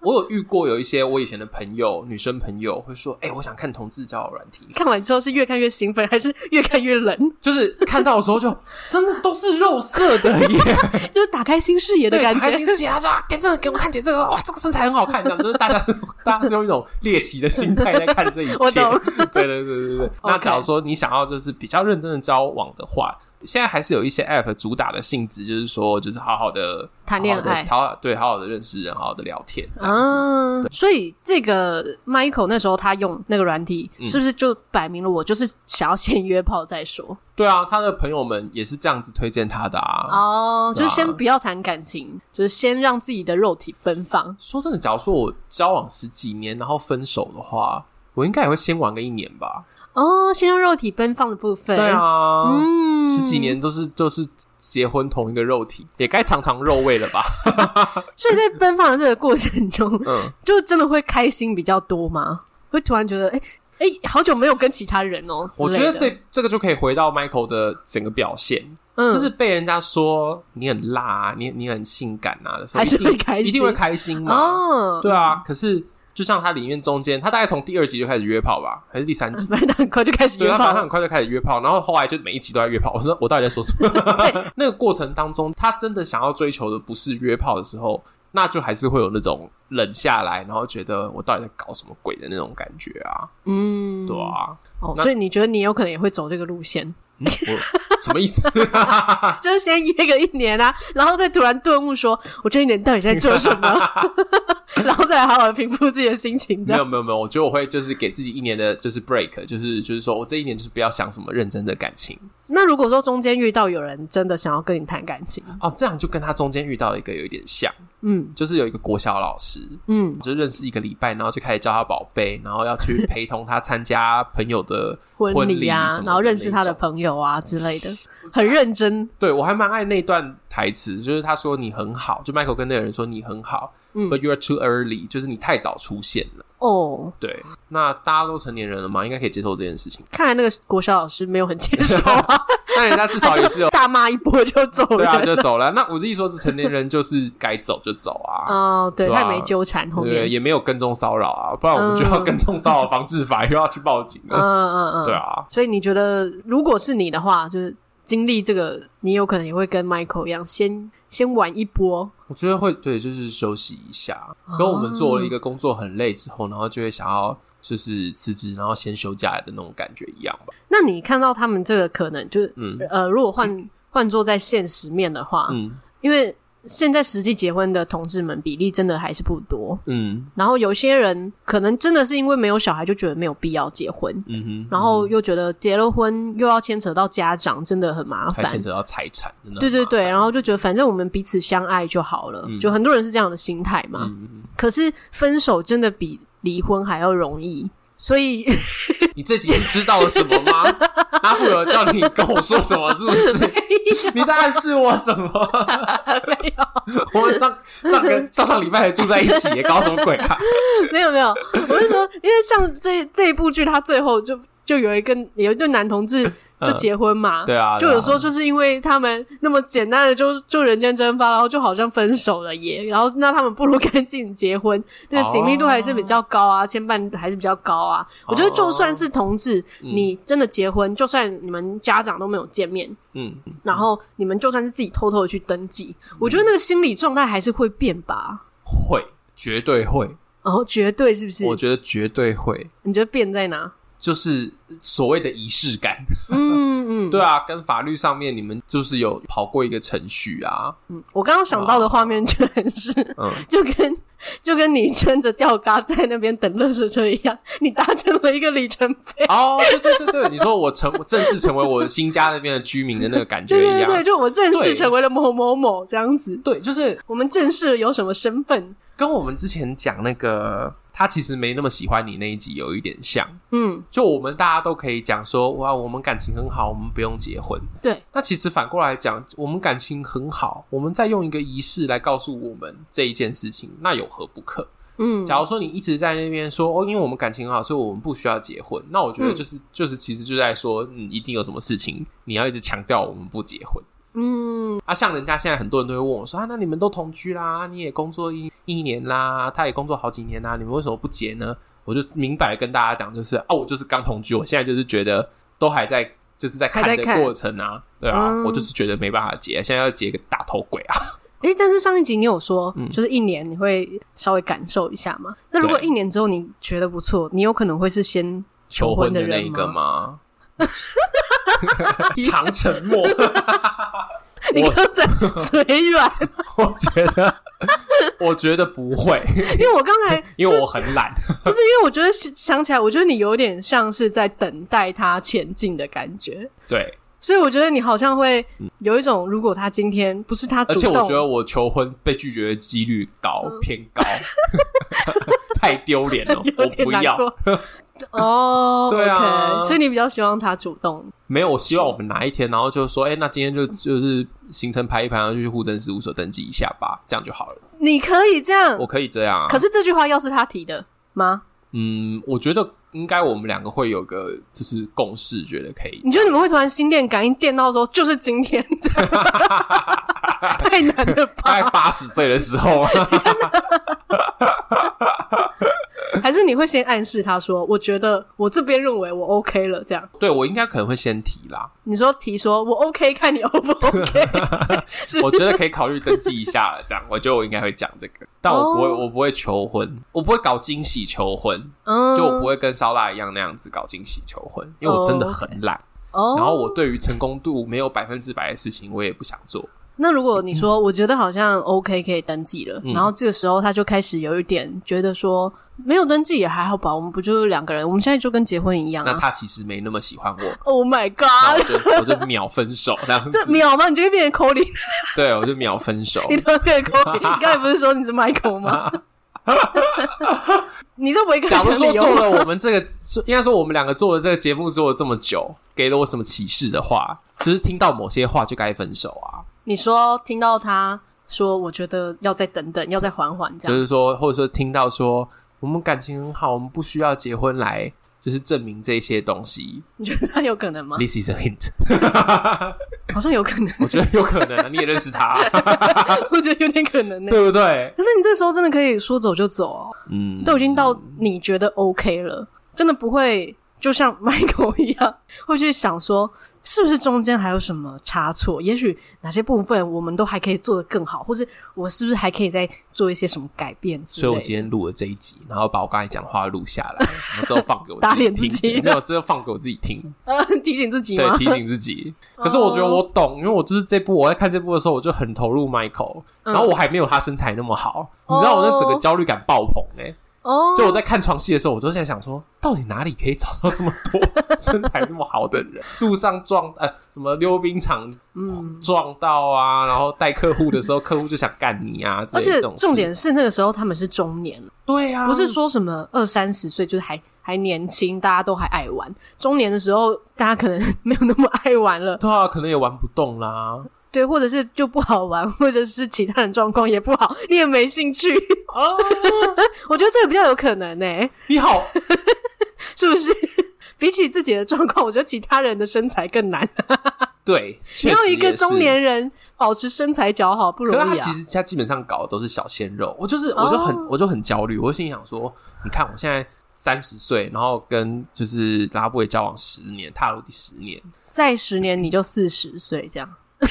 Speaker 1: 我有遇过有一些我以前的朋友，女生朋友会说：“哎、我想看同志交友软体。
Speaker 2: 看完之后是越看越兴奋，还是越看越冷？”
Speaker 1: 就是看到的时候就真的都是肉色的耶， [laughs]
Speaker 2: 就是打开新视野的
Speaker 1: 对，
Speaker 2: 感
Speaker 1: 开
Speaker 2: 觉
Speaker 1: 心。死啊！说啊点这个给我看，点这个，哇，这个身材很好看，这样就是大家 [laughs] 大家是用一种猎奇的心态在看这一切。
Speaker 2: 我懂
Speaker 1: 对对对对对。那
Speaker 2: OK
Speaker 1: 假如说你想要就是比较认真的交往的话，现在还是有一些 app 主打的性质，就是说就是好好的
Speaker 2: 谈恋爱
Speaker 1: 好好地对，好好的认识人，好好的聊天。啊，
Speaker 2: 啊，所以这个 Michael 那时候他用那个软体，
Speaker 1: 嗯
Speaker 2: 是不是就摆明了我就是想要先约炮
Speaker 1: [laughs]
Speaker 2: 再说？
Speaker 1: 对啊，他的朋友们也是这样子推荐他的啊。
Speaker 2: 哦，
Speaker 1: 对
Speaker 2: 就
Speaker 1: 啊
Speaker 2: 是先不要谈感情，就是先让自己的肉体奔放。
Speaker 1: 说真的，假如说我交往十几年，然后分手的话，我应该也会先玩个一年吧。
Speaker 2: 哦，先用肉体奔放的部分。
Speaker 1: 对，啊，
Speaker 2: 嗯，
Speaker 1: 十几。年都是都是结婚同一个肉体，也该尝尝肉味了吧？
Speaker 2: [laughs] 所以在奔放的这个过程中， [laughs]
Speaker 1: 嗯，
Speaker 2: 就真的会开心比较多吗？会突然觉得，哎、哎、好久没有跟其他人哦、之
Speaker 1: 我觉
Speaker 2: 类的
Speaker 1: 得这这个就可以回到 Michael 的整个表现，
Speaker 2: 嗯
Speaker 1: 就是被人家说你很辣、啊，你你很性感啊的时候，
Speaker 2: 还是
Speaker 1: 一定
Speaker 2: 会开心
Speaker 1: 一定会开心嘛？
Speaker 2: 哦，
Speaker 1: 对啊，可是就像他里面中间，他大概从第二集就开始约炮吧，还是第三集？
Speaker 2: 反正他很快就开始
Speaker 1: 对
Speaker 2: 嗯约
Speaker 1: 他，
Speaker 2: 炮
Speaker 1: 反正
Speaker 2: 了
Speaker 1: 很快就开始约炮，然后后来就每一集都在约炮。我说我到底在说什么？ [laughs] 那个过程当中，他真的想要追求的不是约炮的时候，那就还是会有那种冷下来，然后觉得我到底在搞什么鬼的那种感觉啊，
Speaker 2: 嗯，
Speaker 1: 对啊，
Speaker 2: 哦，
Speaker 1: 那
Speaker 2: 所以你觉得你有可能也会走这个路线，
Speaker 1: 嗯我什么
Speaker 2: [laughs]
Speaker 1: 意思？啊
Speaker 2: 就是先约个一年啊，然后再突然顿悟说，我这一年到底在做什
Speaker 1: [laughs]
Speaker 2: 么，然后再来好好地平复自己的心情，这
Speaker 1: 没有
Speaker 2: 样
Speaker 1: 没有没有，我觉得我会就是给自己一年的，就是 break，就是就是说我这一年就是不要想什么认真的感情
Speaker 2: 那如果说中间遇到有人真的想要跟你谈感情，
Speaker 1: 哦，这样就跟他中间遇到了一个有一点像，
Speaker 2: 嗯
Speaker 1: 就是有一个国小老师，
Speaker 2: 嗯，
Speaker 1: 就认识一个礼拜，然后就开始叫他宝贝，然后要去陪同他参加朋友的婚
Speaker 2: 礼啊，
Speaker 1: 什么
Speaker 2: 然后认识他的
Speaker 1: 那种
Speaker 2: 朋友啊之类的，很认真，
Speaker 1: 对我还蛮爱那段台词，就是他说你很好，就 Michael 跟那个人说你很好、
Speaker 2: 嗯
Speaker 1: b u t you are too early，就是你太早出现了。
Speaker 2: 哦。。
Speaker 1: 对，那大家都成年人了嘛，应该可以接受这件事情
Speaker 2: 看来那个国小老师没有很接受啊，
Speaker 1: [laughs] 但人家至少也
Speaker 2: [laughs]
Speaker 1: 是有
Speaker 2: 大骂一波就走
Speaker 1: 对
Speaker 2: 人
Speaker 1: 啊，就走了。那我的意思说，是成年人就是该走就走啊。
Speaker 2: 哦，对，
Speaker 1: 对啊
Speaker 2: 他也没纠缠后
Speaker 1: 对，
Speaker 2: 面，
Speaker 1: 也没有跟踪骚扰啊，不然我们就要
Speaker 2: 嗯
Speaker 1: 跟踪骚扰防治法又要去报警
Speaker 2: 嗯
Speaker 1: 了。
Speaker 2: 嗯嗯，
Speaker 1: 对啊，
Speaker 2: 所以你觉得，如果是你的话，就是经历这个，你有可能也会跟 Michael 一样，先先玩一波。
Speaker 1: 我觉得会对，就是休息一下。跟我们做了一个工作很累之后，然后就会想要就是辞职，然后先休假的那种感觉一样吧。
Speaker 2: 那你看到他们这个可能，就是、
Speaker 1: 嗯
Speaker 2: 呃，如果换换做在现实面的话，
Speaker 1: 嗯，
Speaker 2: 因为现在实际结婚的同志们比例真的还是不多。
Speaker 1: 嗯
Speaker 2: 然后有些人可能真的是因为没有小孩，就觉得没有必要结婚，
Speaker 1: 嗯哼，
Speaker 2: 然后又觉得结了婚又要牵扯到家长，真的很麻
Speaker 1: 还
Speaker 2: 烦
Speaker 1: 牵。扯到财产，真的
Speaker 2: 对对
Speaker 1: 很麻
Speaker 2: 对，
Speaker 1: 烦，
Speaker 2: 然后就觉得反正我们彼此相爱就好了，
Speaker 1: 嗯
Speaker 2: 就很多人是这样的心态嘛。
Speaker 1: 嗯嗯
Speaker 2: 可是分手真的比离婚还要容易，所以 [laughs]
Speaker 1: 嗯，你这几天知道了什么吗？阿普有叫你跟我说什么？是不
Speaker 2: [laughs]
Speaker 1: 是？你在暗示我什么？
Speaker 2: 没有
Speaker 1: [laughs] 我们上上个上上礼拜还住在一起，搞什么鬼啊？
Speaker 2: 没有没有，我是说，因为像这这一部剧，它最后就就有一个有一对男同志就
Speaker 1: 嗯
Speaker 2: 结婚嘛，
Speaker 1: 对啊，
Speaker 2: 就
Speaker 1: 对啊
Speaker 2: 有时候就是因为他们那么简单的就就人间蒸发，然后就好像分手了耶，然后那他们不如赶紧结婚，那
Speaker 1: 哦
Speaker 2: 个紧密度还是比较高啊，牵绊还是比较高啊。我觉得就算是同
Speaker 1: 哦
Speaker 2: 志，
Speaker 1: 嗯
Speaker 2: 你真的结婚，就算你们家长都没有见面，
Speaker 1: 嗯，
Speaker 2: 然后你们就算是自己偷偷的去登记，我觉得那个心理状态还是会变吧。
Speaker 1: 会绝对会，
Speaker 2: 然后绝对是不是？
Speaker 1: 我觉得绝对会，
Speaker 2: 你觉得变在哪？
Speaker 1: 就是所谓的仪式感。
Speaker 2: 嗯嗯，
Speaker 1: 对啊，跟法律上面你们就是有跑过一个程序啊，
Speaker 2: 我刚刚想到的画面全是，
Speaker 1: 嗯
Speaker 2: [laughs] 就跟就跟你撑着吊嘎在那边等垃圾车一样， [laughs] 你达成了一个里程碑。
Speaker 1: 哦，对对对对，你说我成正式成为我新家那边的居民的那个感觉
Speaker 2: 对
Speaker 1: 一
Speaker 2: 对对，
Speaker 1: 样，
Speaker 2: 就我正式
Speaker 1: 对
Speaker 2: 成为了某某某这样子，
Speaker 1: 对，就是
Speaker 2: 我们正式有什么身份？
Speaker 1: 跟我们之前讲那个他其实没那么喜欢你那一集有一点像，
Speaker 2: 嗯，
Speaker 1: 就我们大家都可以讲说哇，我们感情很好，我们不用结婚。
Speaker 2: 对，
Speaker 1: 那其实反过来讲，我们感情很好，我们再用一个仪式来告诉我们这一件事情，那有何不可？
Speaker 2: 嗯，
Speaker 1: 假如说你一直在那边说哦，因为我们感情很好，所以我们不需要结婚，那我觉得
Speaker 2: 嗯
Speaker 1: 就是、就是其实就在说，嗯，一定有什么事情你要一直强调我们不结婚
Speaker 2: 嗯
Speaker 1: 啊。像人家现在很多人都会问我说啊，那你们都同居啦，啊你也工作一一年啦，他也工作好几年啦，你们为什么不结呢？我就明白地跟大家讲，就是啊，我就是刚同居，我现在就是觉得都还在就是在看
Speaker 2: 还在
Speaker 1: 的
Speaker 2: 看
Speaker 1: 过程啊，对啊，
Speaker 2: 嗯
Speaker 1: 我就是觉得没办法结，现在要结个大头鬼啊，
Speaker 2: 诶，但是上一集你有说，
Speaker 1: 嗯
Speaker 2: 就是一年你会稍微感受一下嘛？那如果
Speaker 1: 对
Speaker 2: 一年之后你觉得不错，你有可能会是先 [laughs]
Speaker 1: 求
Speaker 2: 婚
Speaker 1: 婚的那
Speaker 2: 人
Speaker 1: 一个
Speaker 2: 吗？
Speaker 1: 吗？长沉默。 [laughs]
Speaker 2: 你
Speaker 1: 我
Speaker 2: 刚才嘴
Speaker 1: [laughs]
Speaker 2: 软，
Speaker 1: 我觉得，我觉得不会，
Speaker 2: 因为我刚才
Speaker 1: 因为我很懒。
Speaker 2: 不是因为我觉得想想起来，我觉得你有点像是在等待他前进的感觉，
Speaker 1: 对，
Speaker 2: 所以我觉得你好像会有一种，如果他今天不是他主
Speaker 1: 而且
Speaker 2: 动，嗯
Speaker 1: 我觉得我求婚被拒绝的几率高，偏高， [laughs] 太丢脸了，我
Speaker 2: [laughs] 有点
Speaker 1: 不
Speaker 2: 难
Speaker 1: 要。
Speaker 2: 过。 [laughs] 哦，
Speaker 1: [laughs] 对啊
Speaker 2: o k 所以你比较希望他主动，
Speaker 1: 没有，我希望我们哪一天，然后就说，哎、那今天就就是行程排一排，然后就去户政事务所登记一下吧，这样就好了。
Speaker 2: 你可以这样。
Speaker 1: 我可以这样啊。
Speaker 2: 可是这句话要是他提的吗？
Speaker 1: 嗯，我觉得应该我们两个会有个就是共识，觉得可以。
Speaker 2: 你觉得你们会突然心电感应电到说就是今天？
Speaker 1: [laughs]
Speaker 2: 太难了吧？
Speaker 1: 大概八十岁的时候啊， [laughs]
Speaker 2: 还是你会先暗示他说，我觉得我这边认为我 OK 了，这样？
Speaker 1: 对我应该可能会先提啦。
Speaker 2: 你说提说我 OK，看 [laughs] 你 O 不
Speaker 1: [laughs]
Speaker 2: OK？是
Speaker 1: 我觉得可以考虑登记一下了，这样，我觉得我应该会讲这个，但我不会，
Speaker 2: 哦
Speaker 1: 我不会求婚，我不会搞惊喜求婚，
Speaker 2: 嗯
Speaker 1: 就我不会跟烧腊一样那样子搞惊喜求婚，因为我真的很懒，
Speaker 2: 哦。
Speaker 1: 然后我对于成功度没有百分之百的事情，我也不想做。
Speaker 2: 那如果你说我觉得好像 OK 可以登记了，
Speaker 1: 嗯
Speaker 2: 然后这个时候他就开始有一点觉得说没有登记也还好吧，我们不就是两个人，我们现在就跟结婚一样
Speaker 1: 那
Speaker 2: 啊。
Speaker 1: 他其实没那么喜欢我，
Speaker 2: Oh my
Speaker 1: 那我
Speaker 2: god！
Speaker 1: 就我就秒分手这样子
Speaker 2: 这，秒吗？你就会变成口里，
Speaker 1: 对我就秒分手。
Speaker 2: 你都会变成
Speaker 1: [laughs]
Speaker 2: 口里。你刚才不是说你是 Michael 吗？ [laughs] 你都不会跟他
Speaker 1: 假
Speaker 2: 讲
Speaker 1: 如说
Speaker 2: 理由
Speaker 1: 做
Speaker 2: 吗？
Speaker 1: 了我们这个，应该说我们两个做了这个节目做了这么久，给了我什么启示的话，就是听到某些话就该分手啊。
Speaker 2: 你说听到他说，我觉得要再等等，要再缓缓这
Speaker 1: 就
Speaker 2: 样。
Speaker 1: 是说，或者说听到说我们感情很好，我们不需要结婚来就是证明这些东西。
Speaker 2: 你觉 [laughs] 得他有可能吗？
Speaker 1: This is a hint，
Speaker 2: 好像有可能，
Speaker 1: 我觉得有可能、啊，你也认识他、
Speaker 2: [laughs] 我觉得有点可能呢、
Speaker 1: 对不对？
Speaker 2: 可是你这时候真的可以说走就走哦。
Speaker 1: 嗯，
Speaker 2: 都已经到你觉得 OK 了，真的不会就像 Michael 一样， [laughs] 会去想说，是不是中间还有什么差错？也许哪些部分我们都还可以做得更好，或是我是不是还可以再做一些什么改变之
Speaker 1: 所以我
Speaker 2: 类
Speaker 1: 今
Speaker 2: 的？
Speaker 1: 天录了这一集，然后把我刚才讲话录下来，然后之后放给我
Speaker 2: 打脸
Speaker 1: 自
Speaker 2: 自己
Speaker 1: 己听，没有，之后放给我自己听，
Speaker 2: [laughs] 呃，提醒自己
Speaker 1: 对，
Speaker 2: 吗？哦
Speaker 1: 提醒自己。 [laughs] 可是我觉得我懂，因为我就是这部我在看这部的时候，我就很投入 Michael，
Speaker 2: 嗯
Speaker 1: 然后我还没有他身材那么好，你知道我那整个焦虑感爆棚哎、
Speaker 2: 哦，
Speaker 1: 就我在看床戏的时候，我都在想说，到底哪里可以找到这么多 [laughs] 身材这么好的人？路上撞呃，什么溜冰场
Speaker 2: 嗯，
Speaker 1: 撞到啊，然后带客户的时候，客户就想干你啊，之
Speaker 2: 而
Speaker 1: 类的
Speaker 2: 且
Speaker 1: 这种事
Speaker 2: 重点是那个时候他们是中年，
Speaker 1: 对啊，
Speaker 2: 不是说什么二三十岁就是还还年轻，大家都还爱玩。中年的时候，大家可能 [laughs] 没有那么爱玩了，
Speaker 1: 对啊，可能也玩不动啦。
Speaker 2: 对，或者是就不好玩，或者是其他人状况也不好，你也没兴趣。 [laughs]
Speaker 1: 哦，
Speaker 2: 我觉得这个比较有可能呢、
Speaker 1: 你好，
Speaker 2: 是不是？ [laughs] 比起自己的状况，我觉得其他人的身材更难。
Speaker 1: 对，
Speaker 2: [laughs]
Speaker 1: 确
Speaker 2: 你要
Speaker 1: 实
Speaker 2: 一个
Speaker 1: 也是
Speaker 2: 中。年人保持身材姣好不
Speaker 1: 可是
Speaker 2: 容
Speaker 1: 他
Speaker 2: 易啊
Speaker 1: 其！实他基本上搞的都是小鲜肉，我就是我就很、
Speaker 2: 哦
Speaker 1: 我就很焦虑，我心里想说，你看我现在三十岁，然后跟就是拉布也交往十年，踏入第十年，
Speaker 2: 再十年你就四十岁这样 [laughs]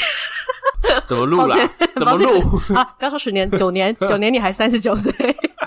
Speaker 1: 怎么录
Speaker 2: 抱
Speaker 1: 啦
Speaker 2: 歉？
Speaker 1: [laughs] 怎么录？
Speaker 2: 啊！刚说十年，九年，九年你还三十九岁，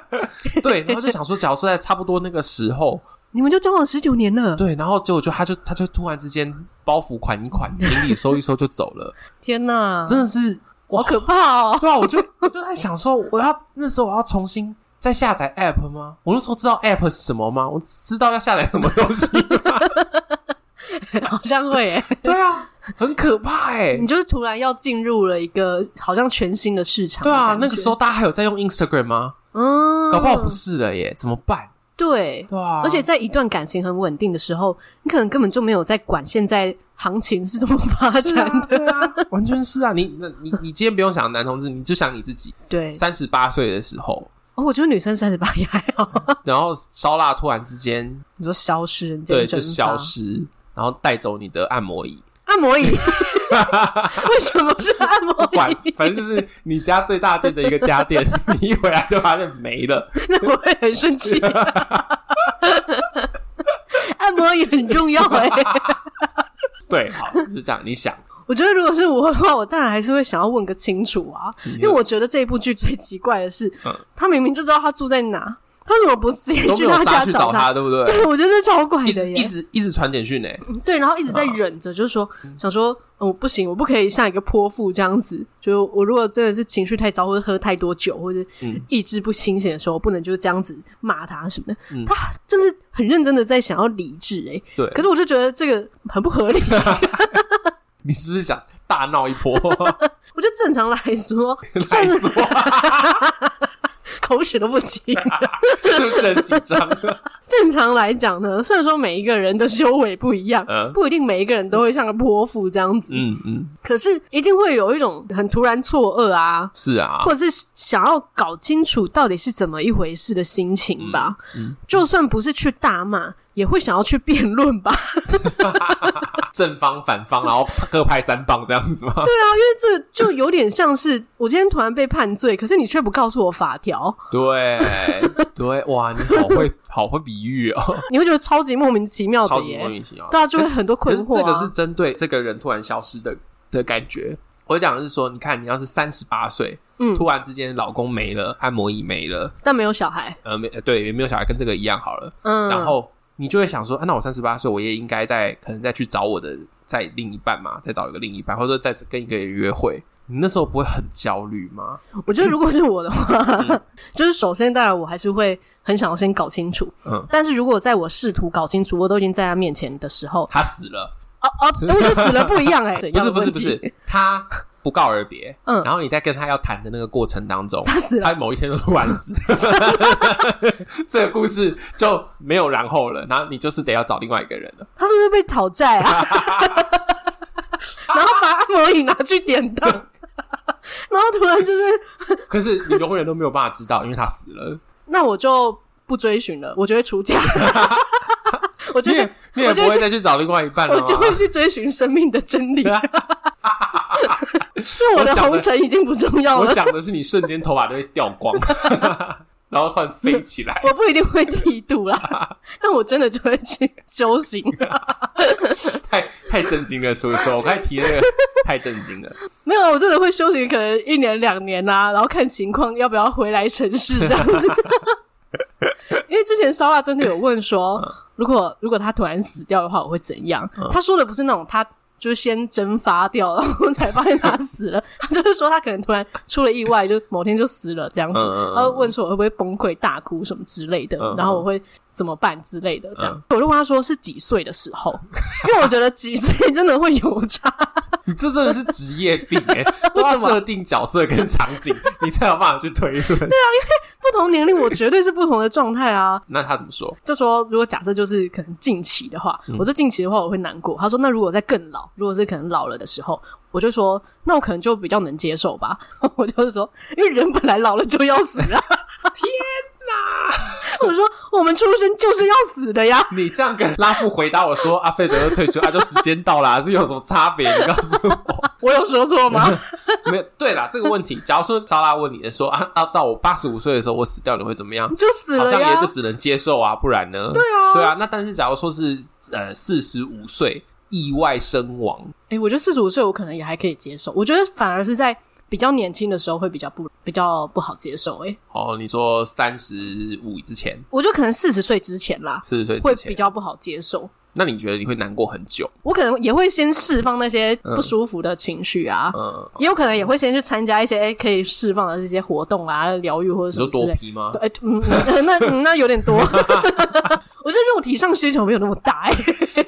Speaker 2: [laughs]
Speaker 1: 对，然后就想说，假如说在差不多那个时候，
Speaker 2: 你们就交往十九年了。
Speaker 1: 对，然后结果就他就他就突然之间包袱款一款，行李收一收就走
Speaker 2: [laughs]
Speaker 1: 了，
Speaker 2: 天哪，
Speaker 1: 真的是
Speaker 2: 好可怕哦！ [laughs]
Speaker 1: 对啊，我就我就在想说，我要那时候我要重新再下载 App 吗？我那时候知道 App 是什么吗？我知道要下载什么东西
Speaker 2: [laughs]
Speaker 1: 吗？
Speaker 2: 好像会诶、
Speaker 1: 对啊，很可怕哎、
Speaker 2: 你就是突然要进入了一个好像全新的市场的
Speaker 1: 对
Speaker 2: 感觉。
Speaker 1: 啊，那个时候大家还有在用 Instagram 吗？
Speaker 2: 嗯，
Speaker 1: 搞不好不是了耶，怎么办？
Speaker 2: 对，
Speaker 1: 对啊，
Speaker 2: 而且在一段感情很稳定的时候，你可能根本就没有在管现在行情是怎么发
Speaker 1: 是
Speaker 2: 展
Speaker 1: 啊，
Speaker 2: 的。
Speaker 1: 对啊，完全是啊。你那你你今天不用想男同志，你就想你自己
Speaker 2: 对，
Speaker 1: 三十八岁的时候，
Speaker 2: 哦，我觉得女生三十八也还
Speaker 1: [laughs]
Speaker 2: 好。
Speaker 1: 然后烧腊突然之间
Speaker 2: 你说消失，人间
Speaker 1: 对
Speaker 2: 蒸
Speaker 1: 就
Speaker 2: 发
Speaker 1: 消。失，然后带走你的按摩椅，
Speaker 2: 按
Speaker 1: [laughs]
Speaker 2: 摩椅，为什么是按摩
Speaker 1: 不管 [laughs]
Speaker 2: 椅？，
Speaker 1: 反正就是你家最大件的一个家
Speaker 2: [laughs]
Speaker 1: 电，你一回来就发现没了。
Speaker 2: 那我会很生气。 [laughs] 按摩椅很重要哎、
Speaker 1: 对，好，就这样。你想，
Speaker 2: 我觉得如果是我的话，我当然还是会想要问个清楚啊，因为我觉得这一部剧最奇怪的是，
Speaker 1: 嗯
Speaker 2: 他明明就知道他住在哪，他为什么不直接
Speaker 1: 都没
Speaker 2: 去
Speaker 1: 有
Speaker 2: 他
Speaker 1: 杀
Speaker 2: 家
Speaker 1: 去找
Speaker 2: 他？
Speaker 1: 他，对不对？
Speaker 2: 对， [laughs] 我觉得这超怪
Speaker 1: 一
Speaker 2: 的
Speaker 1: 直一
Speaker 2: 耶。
Speaker 1: 直一直传简讯欸呢，
Speaker 2: 嗯对，然后一直在忍着，就是说想说，嗯，不行，我不可以像一个泼妇这样子。就我如果真的是情绪太糟，或者喝太多酒，或者
Speaker 1: 嗯
Speaker 2: 意志不清醒的时候，我不能就是这样子骂他什么的。
Speaker 1: 嗯
Speaker 2: 他真是很认真的在想要理智诶、
Speaker 1: 对。
Speaker 2: 可是我就觉得这个很不合理。 [laughs]
Speaker 1: 你是不是想大闹一波？
Speaker 2: 我觉得正常来说，
Speaker 1: 累死
Speaker 2: [laughs]
Speaker 1: 我！
Speaker 2: 口齿都不
Speaker 1: [laughs]
Speaker 2: 清。
Speaker 1: 是不是很紧张？
Speaker 2: 正常来讲呢，虽然说每一个人的修为不一样，
Speaker 1: 嗯
Speaker 2: 不一定每一个人都会像个泼妇这样子，
Speaker 1: 嗯嗯，
Speaker 2: 可是一定会有一种很突然错愕啊，
Speaker 1: 是啊，
Speaker 2: 或者是想要搞清楚到底是怎么一回事的心情吧。
Speaker 1: 嗯
Speaker 2: 就算不是去大骂，也会想要去辩论吧。 [laughs]
Speaker 1: 正方反方，然后各拍三棒这样子吗？
Speaker 2: 因为这就有点像是我今天突然被判罪，可是你却不告诉我法条， [laughs]
Speaker 1: 对对，哇，你好会 [laughs] 好会比喻哦，
Speaker 2: 你会觉得超级莫名其妙
Speaker 1: 超
Speaker 2: 的
Speaker 1: 级莫
Speaker 2: 耶。
Speaker 1: 名其妙。
Speaker 2: 大家就会很多
Speaker 1: 可
Speaker 2: 困
Speaker 1: 是
Speaker 2: 惑、啊。
Speaker 1: 这个是针对这个人突然消失的的感觉。我讲的是说，你看，你要是三十八岁，
Speaker 2: 嗯
Speaker 1: 突然之间老公没了，按摩椅没了，
Speaker 2: 但没有小孩，
Speaker 1: 呃，没呃对，也没有小孩，跟这个一样好了。
Speaker 2: 嗯，
Speaker 1: 然后你就会想说，啊、那我三十八岁，我也应该再可能再去找我的再另一半嘛，再找一个另一半，或者说再跟一个人约会。你那时候不会很焦虑吗？
Speaker 2: 我觉得如果是我的
Speaker 1: 嗯
Speaker 2: 话，就是首先当然我还是会很想要先搞清楚，
Speaker 1: 嗯
Speaker 2: 但是如果在我试图搞清楚，我都已经在他面前的时候，
Speaker 1: 他死了，
Speaker 2: 哦哦，我就死了不一样哎、
Speaker 1: [laughs]
Speaker 2: 怎
Speaker 1: 不
Speaker 2: 样
Speaker 1: 是
Speaker 2: 的
Speaker 1: 不是
Speaker 2: 问
Speaker 1: 不
Speaker 2: 题
Speaker 1: 是，他不告而别，
Speaker 2: 嗯
Speaker 1: 然后你在跟他要谈的那个过程当中，
Speaker 2: 他死了，
Speaker 1: 他某一天就突然
Speaker 2: [laughs]
Speaker 1: 死， [laughs] 这个故事就没有然后了，然后你就是得要找另外一个人了。
Speaker 2: 他是不是被讨
Speaker 1: [laughs]
Speaker 2: 债啊？然后把按摩椅拿去典当，然后突然就是，
Speaker 1: 可是你永远都没有办法知道，因为他死了，
Speaker 2: 那我就不追寻了，我就会
Speaker 1: [laughs]
Speaker 2: 出家。我
Speaker 1: 你
Speaker 2: 就会
Speaker 1: 也你也
Speaker 2: 我就
Speaker 1: 不会
Speaker 2: 是
Speaker 1: 再去找另外一半了啊
Speaker 2: 我
Speaker 1: 吗
Speaker 2: 就
Speaker 1: [laughs]
Speaker 2: 会去追寻生命的真理， [laughs] 是我
Speaker 1: 我
Speaker 2: 的
Speaker 1: 想的
Speaker 2: 红尘已经不重要
Speaker 1: 我
Speaker 2: 了。。
Speaker 1: 想的是你瞬间头发都会掉光，然后突然飞起来
Speaker 2: 我不一定会剃
Speaker 1: [laughs]
Speaker 2: 度啦，但我真的就会去修行。
Speaker 1: 太太震惊了，所以说我刚才提那个太震惊
Speaker 2: [laughs]
Speaker 1: 了。
Speaker 2: 没有，啊，我真的会休息，可能一年两年啊，然后看情况要不要回来城市这样
Speaker 1: [laughs]
Speaker 2: 子。因为之前烧腊真的有问说，
Speaker 1: 嗯
Speaker 2: 如果如果他突然死掉的话，我会怎样？他说的不是那种他就是先蒸发掉，然后才发现他死
Speaker 1: [laughs]
Speaker 2: 了，他就是说他可能突然出了意外，就某天就死了这样子。
Speaker 1: 嗯嗯嗯
Speaker 2: 然后问说我会不会崩溃大哭什么之类的，
Speaker 1: 嗯嗯嗯
Speaker 2: 然后我会怎么办之类的这样。我就问他说是几岁的时候， [laughs] 因为我觉得几岁真的会有差。
Speaker 1: 你这真的是职业病
Speaker 2: [laughs]
Speaker 1: 哎、都要
Speaker 2: 为什么
Speaker 1: 设定角色跟场景，你才有办法去推论。
Speaker 2: 啊不同年龄，我绝对是不同的状
Speaker 1: [laughs]
Speaker 2: 态啊。
Speaker 1: 那他怎么说？
Speaker 2: 就说如果假设就是可能近期的
Speaker 1: 嗯
Speaker 2: 话，我在近期的话我会难过。他说那如果在更老，如果是可能老了的时候，我就说那我可能就比较能接受吧。 [laughs] 我就是说，因为人本来老了就要死
Speaker 1: [laughs]
Speaker 2: 啊。天哪！ [laughs] 我说我们出生就是要死的呀。 [laughs]
Speaker 1: 你这样跟拉夫回答我说：“阿费德退休啊，就时间到啦，是有什么差别？”你告诉我，
Speaker 2: 我有说错
Speaker 1: [laughs]
Speaker 2: 吗？
Speaker 1: 没有？对啦，这个问题，假如说莎拉问你的说啊啊，到我八十五岁的时候我死掉，你会怎么样？
Speaker 2: 就死
Speaker 1: 好
Speaker 2: 了
Speaker 1: 像
Speaker 2: 呀
Speaker 1: 也。就只能接受啊，不然呢？对啊，对啊。那但是假如说是呃四十五岁意外身亡，
Speaker 2: 哎、我觉得四十五岁我可能也还可以接受，我觉得反而是在比较年轻的时候会比较不比较不好接受、欸。哎，
Speaker 1: 哦，你说三十五之前，
Speaker 2: 我觉得可能四十岁之前啦，
Speaker 1: 四十岁
Speaker 2: 会
Speaker 1: 之前
Speaker 2: 比，较不好接受。
Speaker 1: 那你觉得你会难过很久？
Speaker 2: 我可能也会先释放那些不舒服的情绪啊，
Speaker 1: 嗯，
Speaker 2: 也有可能也会先去参加一些可以释放的这些活动啊，疗愈或者
Speaker 1: 你
Speaker 2: 什
Speaker 1: 说
Speaker 2: 么之
Speaker 1: 多
Speaker 2: 类。
Speaker 1: 批吗？
Speaker 2: 对，嗯，嗯那嗯那有点多。 [laughs] 我这肉体上需求没有那么大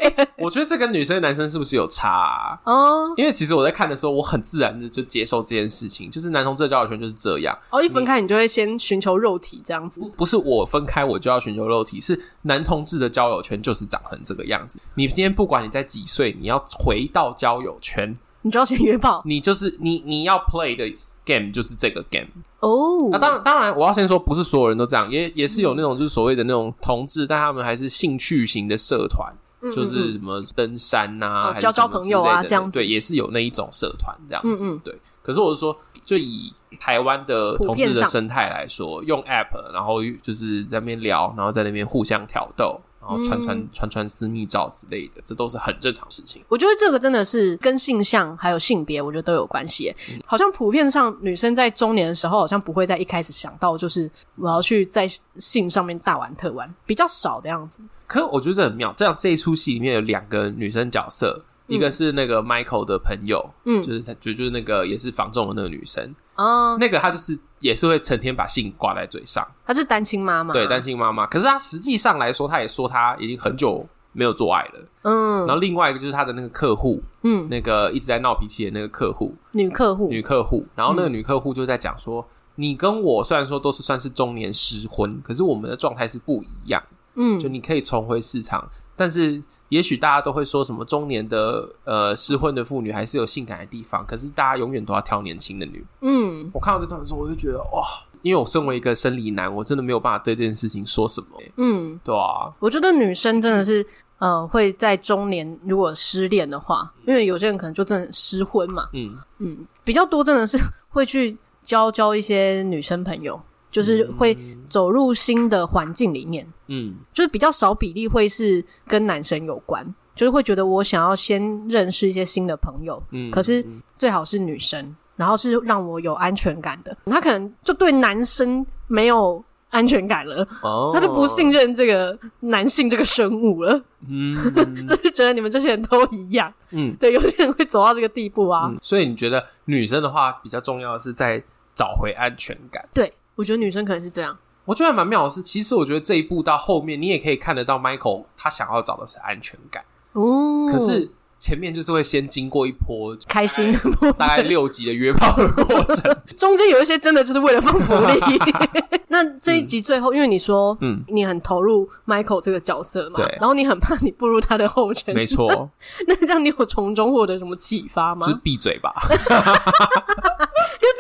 Speaker 2: 哎、
Speaker 1: 我觉得这跟女生男生是不是有差、啊？
Speaker 2: [laughs] 哦
Speaker 1: 因为其实我在看的时候，我很自然的就接受这件事情，就是男同志的交友圈就是这样，
Speaker 2: 哦，一分开你就会先寻求肉体这样子。
Speaker 1: 不是我分开我就要寻求肉体，是男同志的交友圈就是长成这个样子。你今天不管你在几岁，你要回到交友圈，
Speaker 2: 你就要先约炮
Speaker 1: 你就是你你要 play 的 game 就是这个 game。
Speaker 2: 哦。
Speaker 1: 那、当然当然，我要先说，不是所有人都这样，也也是有那种就是所谓的那种同志，但他们还是兴趣型的社团。
Speaker 2: 嗯
Speaker 1: 就是什么登山呐、
Speaker 2: 哦
Speaker 1: 还是
Speaker 2: 交交
Speaker 1: 什么
Speaker 2: 朋友
Speaker 1: 之
Speaker 2: 啊
Speaker 1: 类的
Speaker 2: 这样子
Speaker 1: 对，也是有那一种社团这样子，
Speaker 2: 嗯嗯
Speaker 1: 对。可是我是说，就以台湾的
Speaker 2: 普
Speaker 1: 同
Speaker 2: 遍
Speaker 1: 志的
Speaker 2: 上
Speaker 1: 生态来说，用 app，然后就是在那边聊，然后在那边互相挑逗，然后传
Speaker 2: 嗯
Speaker 1: 传、传传私密照之类的，这都是很正常的事情。
Speaker 2: 我觉得这个真的是跟性向还有性别，我觉得都有关系耶。
Speaker 1: 嗯
Speaker 2: 好像普遍上，女生在中年的时候，好像不会在一开始想到就是我要去在性上面大玩特玩，比较少的样子。
Speaker 1: 可我觉得这很妙，这样这一出戏里面有两个女生角色，一个是那个 Michael 的朋友，
Speaker 2: 嗯
Speaker 1: 就是他就就是那个也是房仲的那个女生，
Speaker 2: 哦，
Speaker 1: 那个她就是也是会成天把性挂在嘴上，
Speaker 2: 她是单亲妈妈，
Speaker 1: 对，单亲妈妈。可是她实际上来说，她也说她已经很久没有做爱了。
Speaker 2: 嗯
Speaker 1: 然后另外一个就是她的那个客户，
Speaker 2: 嗯，
Speaker 1: 那个一直在闹脾气的那个客户，
Speaker 2: 女客户，
Speaker 1: 女客户。然后那个女客户就在讲说。你跟我虽然说都是算是中年失婚，可是我们的状态是不一样的
Speaker 2: 嗯
Speaker 1: 就你可以重回市场，但是也许大家都会说什么中年的呃失婚的妇女还是有性感的地方，可是大家永远都要挑年轻的女。
Speaker 2: 嗯，
Speaker 1: 我看到这段的时候，我就觉得哇，因为我身为一个生理男，我真的没有办法对这件事情说什么、欸
Speaker 2: 嗯，
Speaker 1: 对啊，
Speaker 2: 我觉得女生真的是，呃，会在中年如果失恋的话，因为有些人可能就真的失婚嘛，
Speaker 1: 嗯，
Speaker 2: 嗯，比较多真的是会去交交一些女生朋友，就是会走入新的环境里面，
Speaker 1: 嗯，
Speaker 2: 就是比较少比例会是跟男生有关，就是会觉得我想要先认识一些新的朋友，
Speaker 1: 嗯
Speaker 2: 可是最好是女生，然后是让我有安全感的，他可能就对男生没有安全感了，
Speaker 1: 哦，
Speaker 2: 他就不信任这个男性这个生物了，
Speaker 1: 嗯，
Speaker 2: 就是觉得你们这些人都一样，
Speaker 1: 嗯，
Speaker 2: 对，有些人会走到这个地步啊，
Speaker 1: 嗯，所以你觉得女生的话比较重要的是在找回安全感？
Speaker 2: 对我觉得女生可能是这样。
Speaker 1: 我觉得还蛮妙的是，其实我觉得这一步到后面，你也可以看得到 Michael 他想要找的是安全感，
Speaker 2: 哦，
Speaker 1: 可是前面就是会先经过一波
Speaker 2: 开心的部
Speaker 1: 大概
Speaker 2: 分，
Speaker 1: 六集的约炮的过程。
Speaker 2: [laughs] 中间有一些真的就是为了放福 [laughs] 利。那这一集最后，因为你说，
Speaker 1: 嗯，
Speaker 2: 你很投入 Michael 这个角色嘛，
Speaker 1: 对
Speaker 2: 然后你很怕你步入他的后尘，
Speaker 1: 没。错，
Speaker 2: [laughs] 那这样你有从中获得什么启发吗？
Speaker 1: 就是
Speaker 2: 因为
Speaker 1: 闭嘴吧。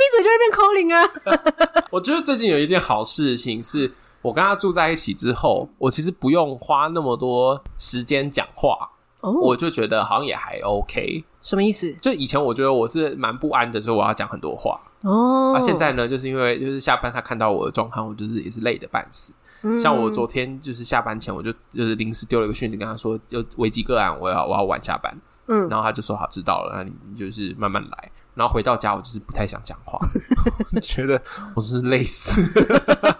Speaker 2: 闭嘴就会变 calling 啊。
Speaker 1: 我觉得最近有一件好事情是。我跟他住在一起之后，我其实不用花那么多时间讲话，
Speaker 2: 哦，
Speaker 1: 我就觉得好像也还 OK。
Speaker 2: 什么意思？
Speaker 1: 就以前我觉得我是蛮不安的，所以我要讲很多话。
Speaker 2: 哦，
Speaker 1: 那、啊现在呢，就是因为就是下班他看到我的状况，我就是也是累得半死。
Speaker 2: 嗯
Speaker 1: 像我昨天就是下班前，我就就是临时丢了一个讯息跟他说，就危机个案，我要我要晚下班。
Speaker 2: 嗯
Speaker 1: 然后他就说好知道了，那你你就是慢慢来。然后回到家，我就是不太想讲
Speaker 2: [laughs]
Speaker 1: 话，我觉得我是累死。 [laughs]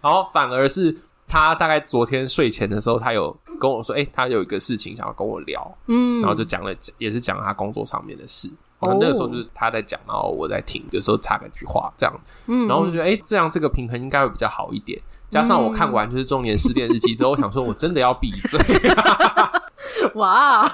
Speaker 1: 然后反而是他大概昨天睡前的时候，他有跟我说，哎、他有一个事情想要跟我聊，
Speaker 2: 嗯，
Speaker 1: 然后就讲了，也是讲了他工作上面的事。
Speaker 2: 哦
Speaker 1: 然后那个时候就是他在讲，然后我在听，有时候插个句话这样子，
Speaker 2: 嗯，
Speaker 1: 然后我就觉得，哎、这样这个平衡应该会比较好一点。加上我看完就是《中年失恋日记》之后，我想说我真的要闭嘴， [laughs]
Speaker 2: 哇，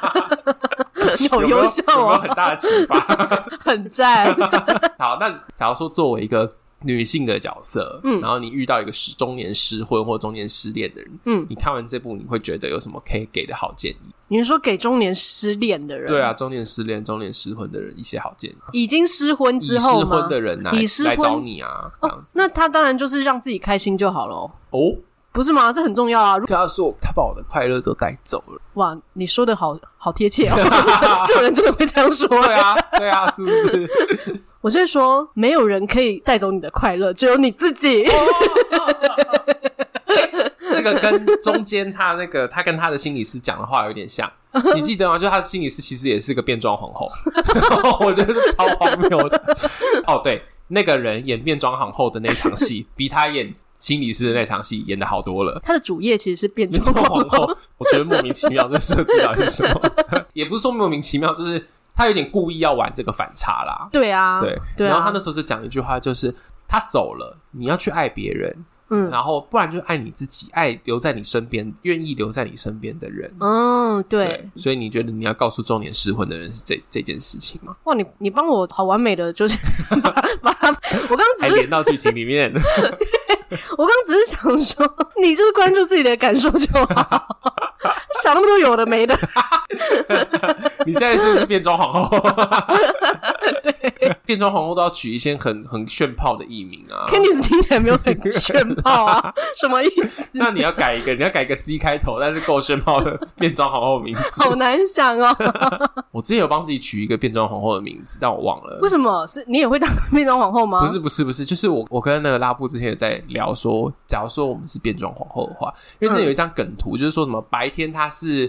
Speaker 2: [laughs] 你 [laughs] 好
Speaker 1: 有没有
Speaker 2: 优秀
Speaker 1: 有没有
Speaker 2: 哦
Speaker 1: 很，大的启发？ [laughs]
Speaker 2: 很赞， [laughs]
Speaker 1: 好，那假如说作为一个女性的角色，
Speaker 2: 嗯
Speaker 1: 然后你遇到一个失中年失婚或中年失恋的人，
Speaker 2: 嗯
Speaker 1: 你看完这部你会觉得有什么可以给的好建议？
Speaker 2: 你是说给中年失恋的人，
Speaker 1: 对啊，，中年失恋、中年失婚的人一些好建议，
Speaker 2: 已经失婚
Speaker 1: 已
Speaker 2: 之后
Speaker 1: 失
Speaker 2: 吗
Speaker 1: 婚的人啊
Speaker 2: 已失，婚
Speaker 1: 来找你啊，这样
Speaker 2: 哦
Speaker 1: 子，
Speaker 2: 那他当然就是让自己开心就好喽，
Speaker 1: 哦。
Speaker 2: 不是吗？这很重要啊！如
Speaker 1: 跟他说，他把我的快乐都带走了。
Speaker 2: 哇，你说的好好贴切哦， [laughs] 这种人真的会这样说。
Speaker 1: 对啊，对啊，是不是？ [laughs]
Speaker 2: 我就会说，没有人可以带走你的快乐，只有你自己。
Speaker 1: 这个跟中间他那个他跟他的心理师讲的话有点像，你记得吗？就他的心理师其实也是个变装皇后， [laughs] 我觉得是超荒谬的。哦，对，那个人演变装皇后的那场戏， [laughs] 比他演心理师的那场戏演的好多了。
Speaker 2: 他的主业其实是变
Speaker 1: 变
Speaker 2: 装
Speaker 1: 装皇
Speaker 2: 皇后，
Speaker 1: 后，我觉得莫名其妙，这设计到底是什 [laughs] 么？也不是说莫名其妙，就是他有点故意要玩这个反差啦。
Speaker 2: 对啊，
Speaker 1: 对，
Speaker 2: 对啊。
Speaker 1: 然后他那时候就讲一句话，就是他走了，你要去爱别人，
Speaker 2: 嗯
Speaker 1: 然后不然就爱你自己，爱留在你身边，愿意留在你身边的人。
Speaker 2: 嗯，对，
Speaker 1: 所以你觉得你要告诉中年失婚的人是这这件事情
Speaker 2: [laughs]
Speaker 1: 吗？
Speaker 2: 哇，你你帮我好完美的，就是 [laughs] 把把他，我刚刚只
Speaker 1: 还
Speaker 2: 是
Speaker 1: 连到剧情里面， [laughs]
Speaker 2: 我刚刚只是想说，你就是关注自己的感受就好，想那么多有的没的。
Speaker 1: 你现在是不是变装皇
Speaker 2: [laughs]
Speaker 1: 后？对，变装皇后都要取一些很很炫炮的艺名啊。
Speaker 2: Candice 听起来没有很炫炮啊，什么意思？
Speaker 1: 那你要改一个，你要改一个 C 开头，但是够炫炮的变装皇后名字。
Speaker 2: [laughs] 好难想
Speaker 1: [laughs]
Speaker 2: 哦。
Speaker 1: 我之前有帮自己取一个变装皇后的名字，但我忘了
Speaker 2: 为。什么是你也会当变装皇后吗？
Speaker 1: 不是不是不是，就是我我跟那个拉布之前也在聊说，假如说我们是变装皇后的话，因为
Speaker 2: 嗯
Speaker 1: 这有一张梗图，就是说什么白天他是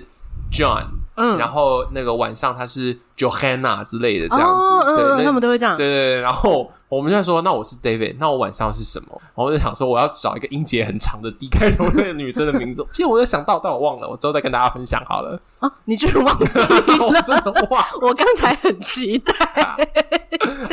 Speaker 1: John，、
Speaker 2: 嗯，
Speaker 1: 然后那个晚上他是 Johanna 之类的这样子，
Speaker 2: 哦，嗯嗯
Speaker 1: 对，
Speaker 2: 嗯，
Speaker 1: 那
Speaker 2: 他们都会这样
Speaker 1: 对。对对，然后我们就在说，那我是 David，那我晚上是什么？然后我就想说，我要找一个音节很长的 D 开头的女生的名字。 [laughs] 其实我有想到，但我忘了，我之后再跟大家分享好了。 [laughs]
Speaker 2: 啊，你居然忘记 [laughs]
Speaker 1: 我
Speaker 2: 了？
Speaker 1: 真的忘
Speaker 2: [laughs]
Speaker 1: 了
Speaker 2: 我刚才很期待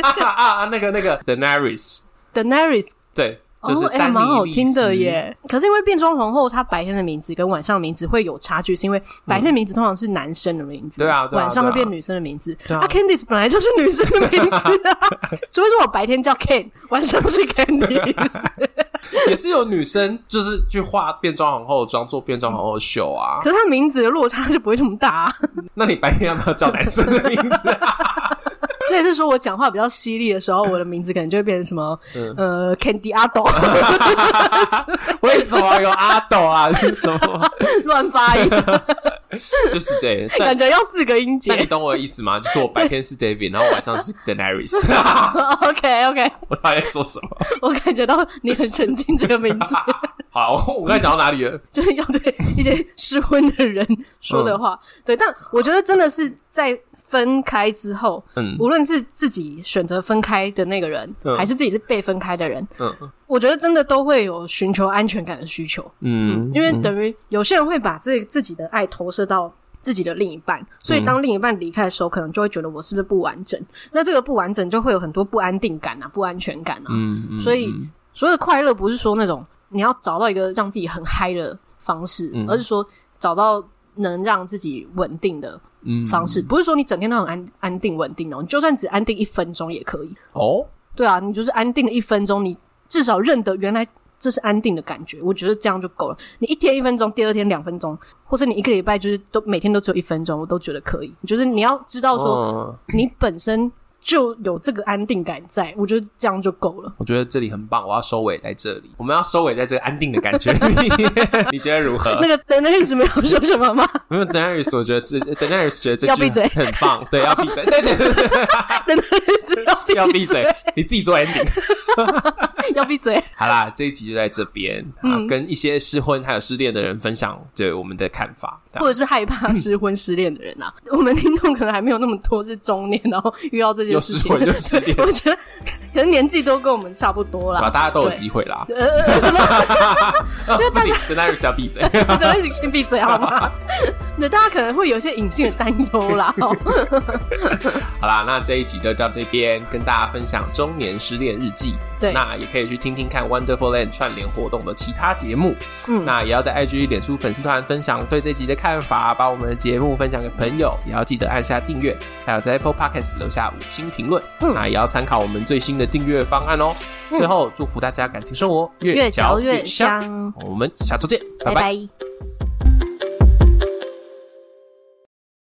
Speaker 1: 啊啊啊！那个那个 Daenerys，
Speaker 2: Daenerys，
Speaker 1: 对，
Speaker 2: 哦
Speaker 1: 就是，
Speaker 2: 哎、
Speaker 1: 丹尼
Speaker 2: 蛮好
Speaker 1: 利
Speaker 2: 听的
Speaker 1: 斯。
Speaker 2: 耶。可是因为变装皇后，她白天的名字跟晚上的名字会有差距，是因为白天的名字通常是男生的名字，
Speaker 1: 对啊对啊
Speaker 2: 晚上会
Speaker 1: 对啊
Speaker 2: 变女生的名字。
Speaker 1: 对啊
Speaker 2: Candice 本来就是女生的名字啊，除非是我白天叫 Ken，晚 [laughs] 上是 Candice。
Speaker 1: [laughs] 也是有女生就是去化变装皇后的妆做变装皇后的秀啊。
Speaker 2: 可是她名字的落差就不会这么大、啊。
Speaker 1: 那你白天要不要叫男生的名字
Speaker 2: [laughs]
Speaker 1: 啊？
Speaker 2: 这也是说我讲话比较犀利的时候，我的名字可能就会变成什么、
Speaker 1: 嗯
Speaker 2: 呃 Candy 阿斗，
Speaker 1: 为什么有阿斗啊？是什么？
Speaker 2: [laughs]
Speaker 1: [laughs]
Speaker 2: 乱发音，
Speaker 1: 就是对，但
Speaker 2: 感觉要四个音
Speaker 1: 那你
Speaker 2: 节。 [laughs]
Speaker 1: 懂我的意思吗？就是我白天是 David，然后晚上是 Daenerys。 [laughs]
Speaker 2: OK OK，
Speaker 1: 我到底在说什么？ [laughs]
Speaker 2: 我感觉到你很沉浸这个名字，
Speaker 1: 好，我我刚才讲到哪里了？
Speaker 2: 就是要对一些失婚的人说的话。
Speaker 1: 嗯
Speaker 2: 对，但我觉得真的是在分开之后，
Speaker 1: 嗯
Speaker 2: 无论是自己选择分开的那个人，
Speaker 1: 嗯
Speaker 2: 还是自己是被分开的人，
Speaker 1: 嗯
Speaker 2: 我觉得真的都会有寻求安全感的需求。
Speaker 1: 嗯
Speaker 2: 因为等于有些人会把自自己的爱投射到自己的另一半，
Speaker 1: 嗯
Speaker 2: 所以当另一半离开的时候，可能就会觉得我是不是不完整？那这个不完整就会有很多不安定感啊、不安全感啊。
Speaker 1: 嗯嗯
Speaker 2: 所以所有的快乐不是说那种你要找到一个让自己很嗨的方式，
Speaker 1: 嗯
Speaker 2: 而是说找到能让自己稳定的
Speaker 1: 嗯
Speaker 2: 方式。不是说你整天都很安安定稳定哦，你就算只安定一分钟也可以。
Speaker 1: 哦，
Speaker 2: 对啊，你就是安定了一分钟，你至少认得原来这是安定的感觉，我觉得这样就够了。你一天一分钟，第二天两分钟，或者你一个礼拜就是都每天都只有一分钟，我都觉得可以。就是你要知道说，
Speaker 1: 哦
Speaker 2: 你本身就有这个安定感在，我觉得这样就够了。
Speaker 1: 我觉得这里很棒，我要收尾在这里，我们要收尾在这个安定的感觉里， [laughs] 你觉得如何？
Speaker 2: [laughs] 那个 Daenerys 没有说什么吗 [laughs]
Speaker 1: 没有 Daenerys，我觉得这 Daenerys 觉得这
Speaker 2: 要
Speaker 1: 句
Speaker 2: 闭嘴
Speaker 1: 很棒，对，要闭嘴，对对对对
Speaker 2: ？Daenerys
Speaker 1: 对，要闭嘴，你自己做 ending。
Speaker 2: 要
Speaker 1: [laughs]
Speaker 2: 闭嘴。
Speaker 1: 好啦，这一集就在这边，啊，跟一些失婚还有失恋的人分享对我们的看法。这样
Speaker 2: 或者是害怕失婚失恋的人啊，我们听众可能还没有那么多是中年，然后遇到这件
Speaker 1: 又
Speaker 2: 事
Speaker 1: 失
Speaker 2: 情，
Speaker 1: 婚又失恋
Speaker 2: 我觉得可能年纪都跟我们差不多
Speaker 1: 对吧？啊
Speaker 2: 啦。
Speaker 1: 大家都有
Speaker 2: 对
Speaker 1: 机会啦。
Speaker 2: 呃呃，呃什么？
Speaker 1: 啊不行，Daenerys 要闭嘴。
Speaker 2: 你都一直先闭嘴
Speaker 1: [laughs]
Speaker 2: 好吗？对，大家可能会有一些隐性的担忧啦。哦
Speaker 1: 好啦，那这一集就到这边，跟大家分享中年失恋日记。
Speaker 2: 对
Speaker 1: 那也可以去听听看 Wonderful Land 串联活动的其他节目。
Speaker 2: 嗯
Speaker 1: 那也要在 IG、脸书粉丝团分享对这集的看法，把我们的节目分享给朋友，也要记得按下订阅，还有在 Apple Podcast 留下五星评论。
Speaker 2: 嗯
Speaker 1: 那也要参考我们最新的订阅方案哦。
Speaker 2: 嗯
Speaker 1: 最后，祝福大家感情生活越
Speaker 2: 越嚼
Speaker 1: 嚼
Speaker 2: 越
Speaker 1: 越香。
Speaker 2: 香
Speaker 1: 我们下周见，拜拜
Speaker 2: 拜拜。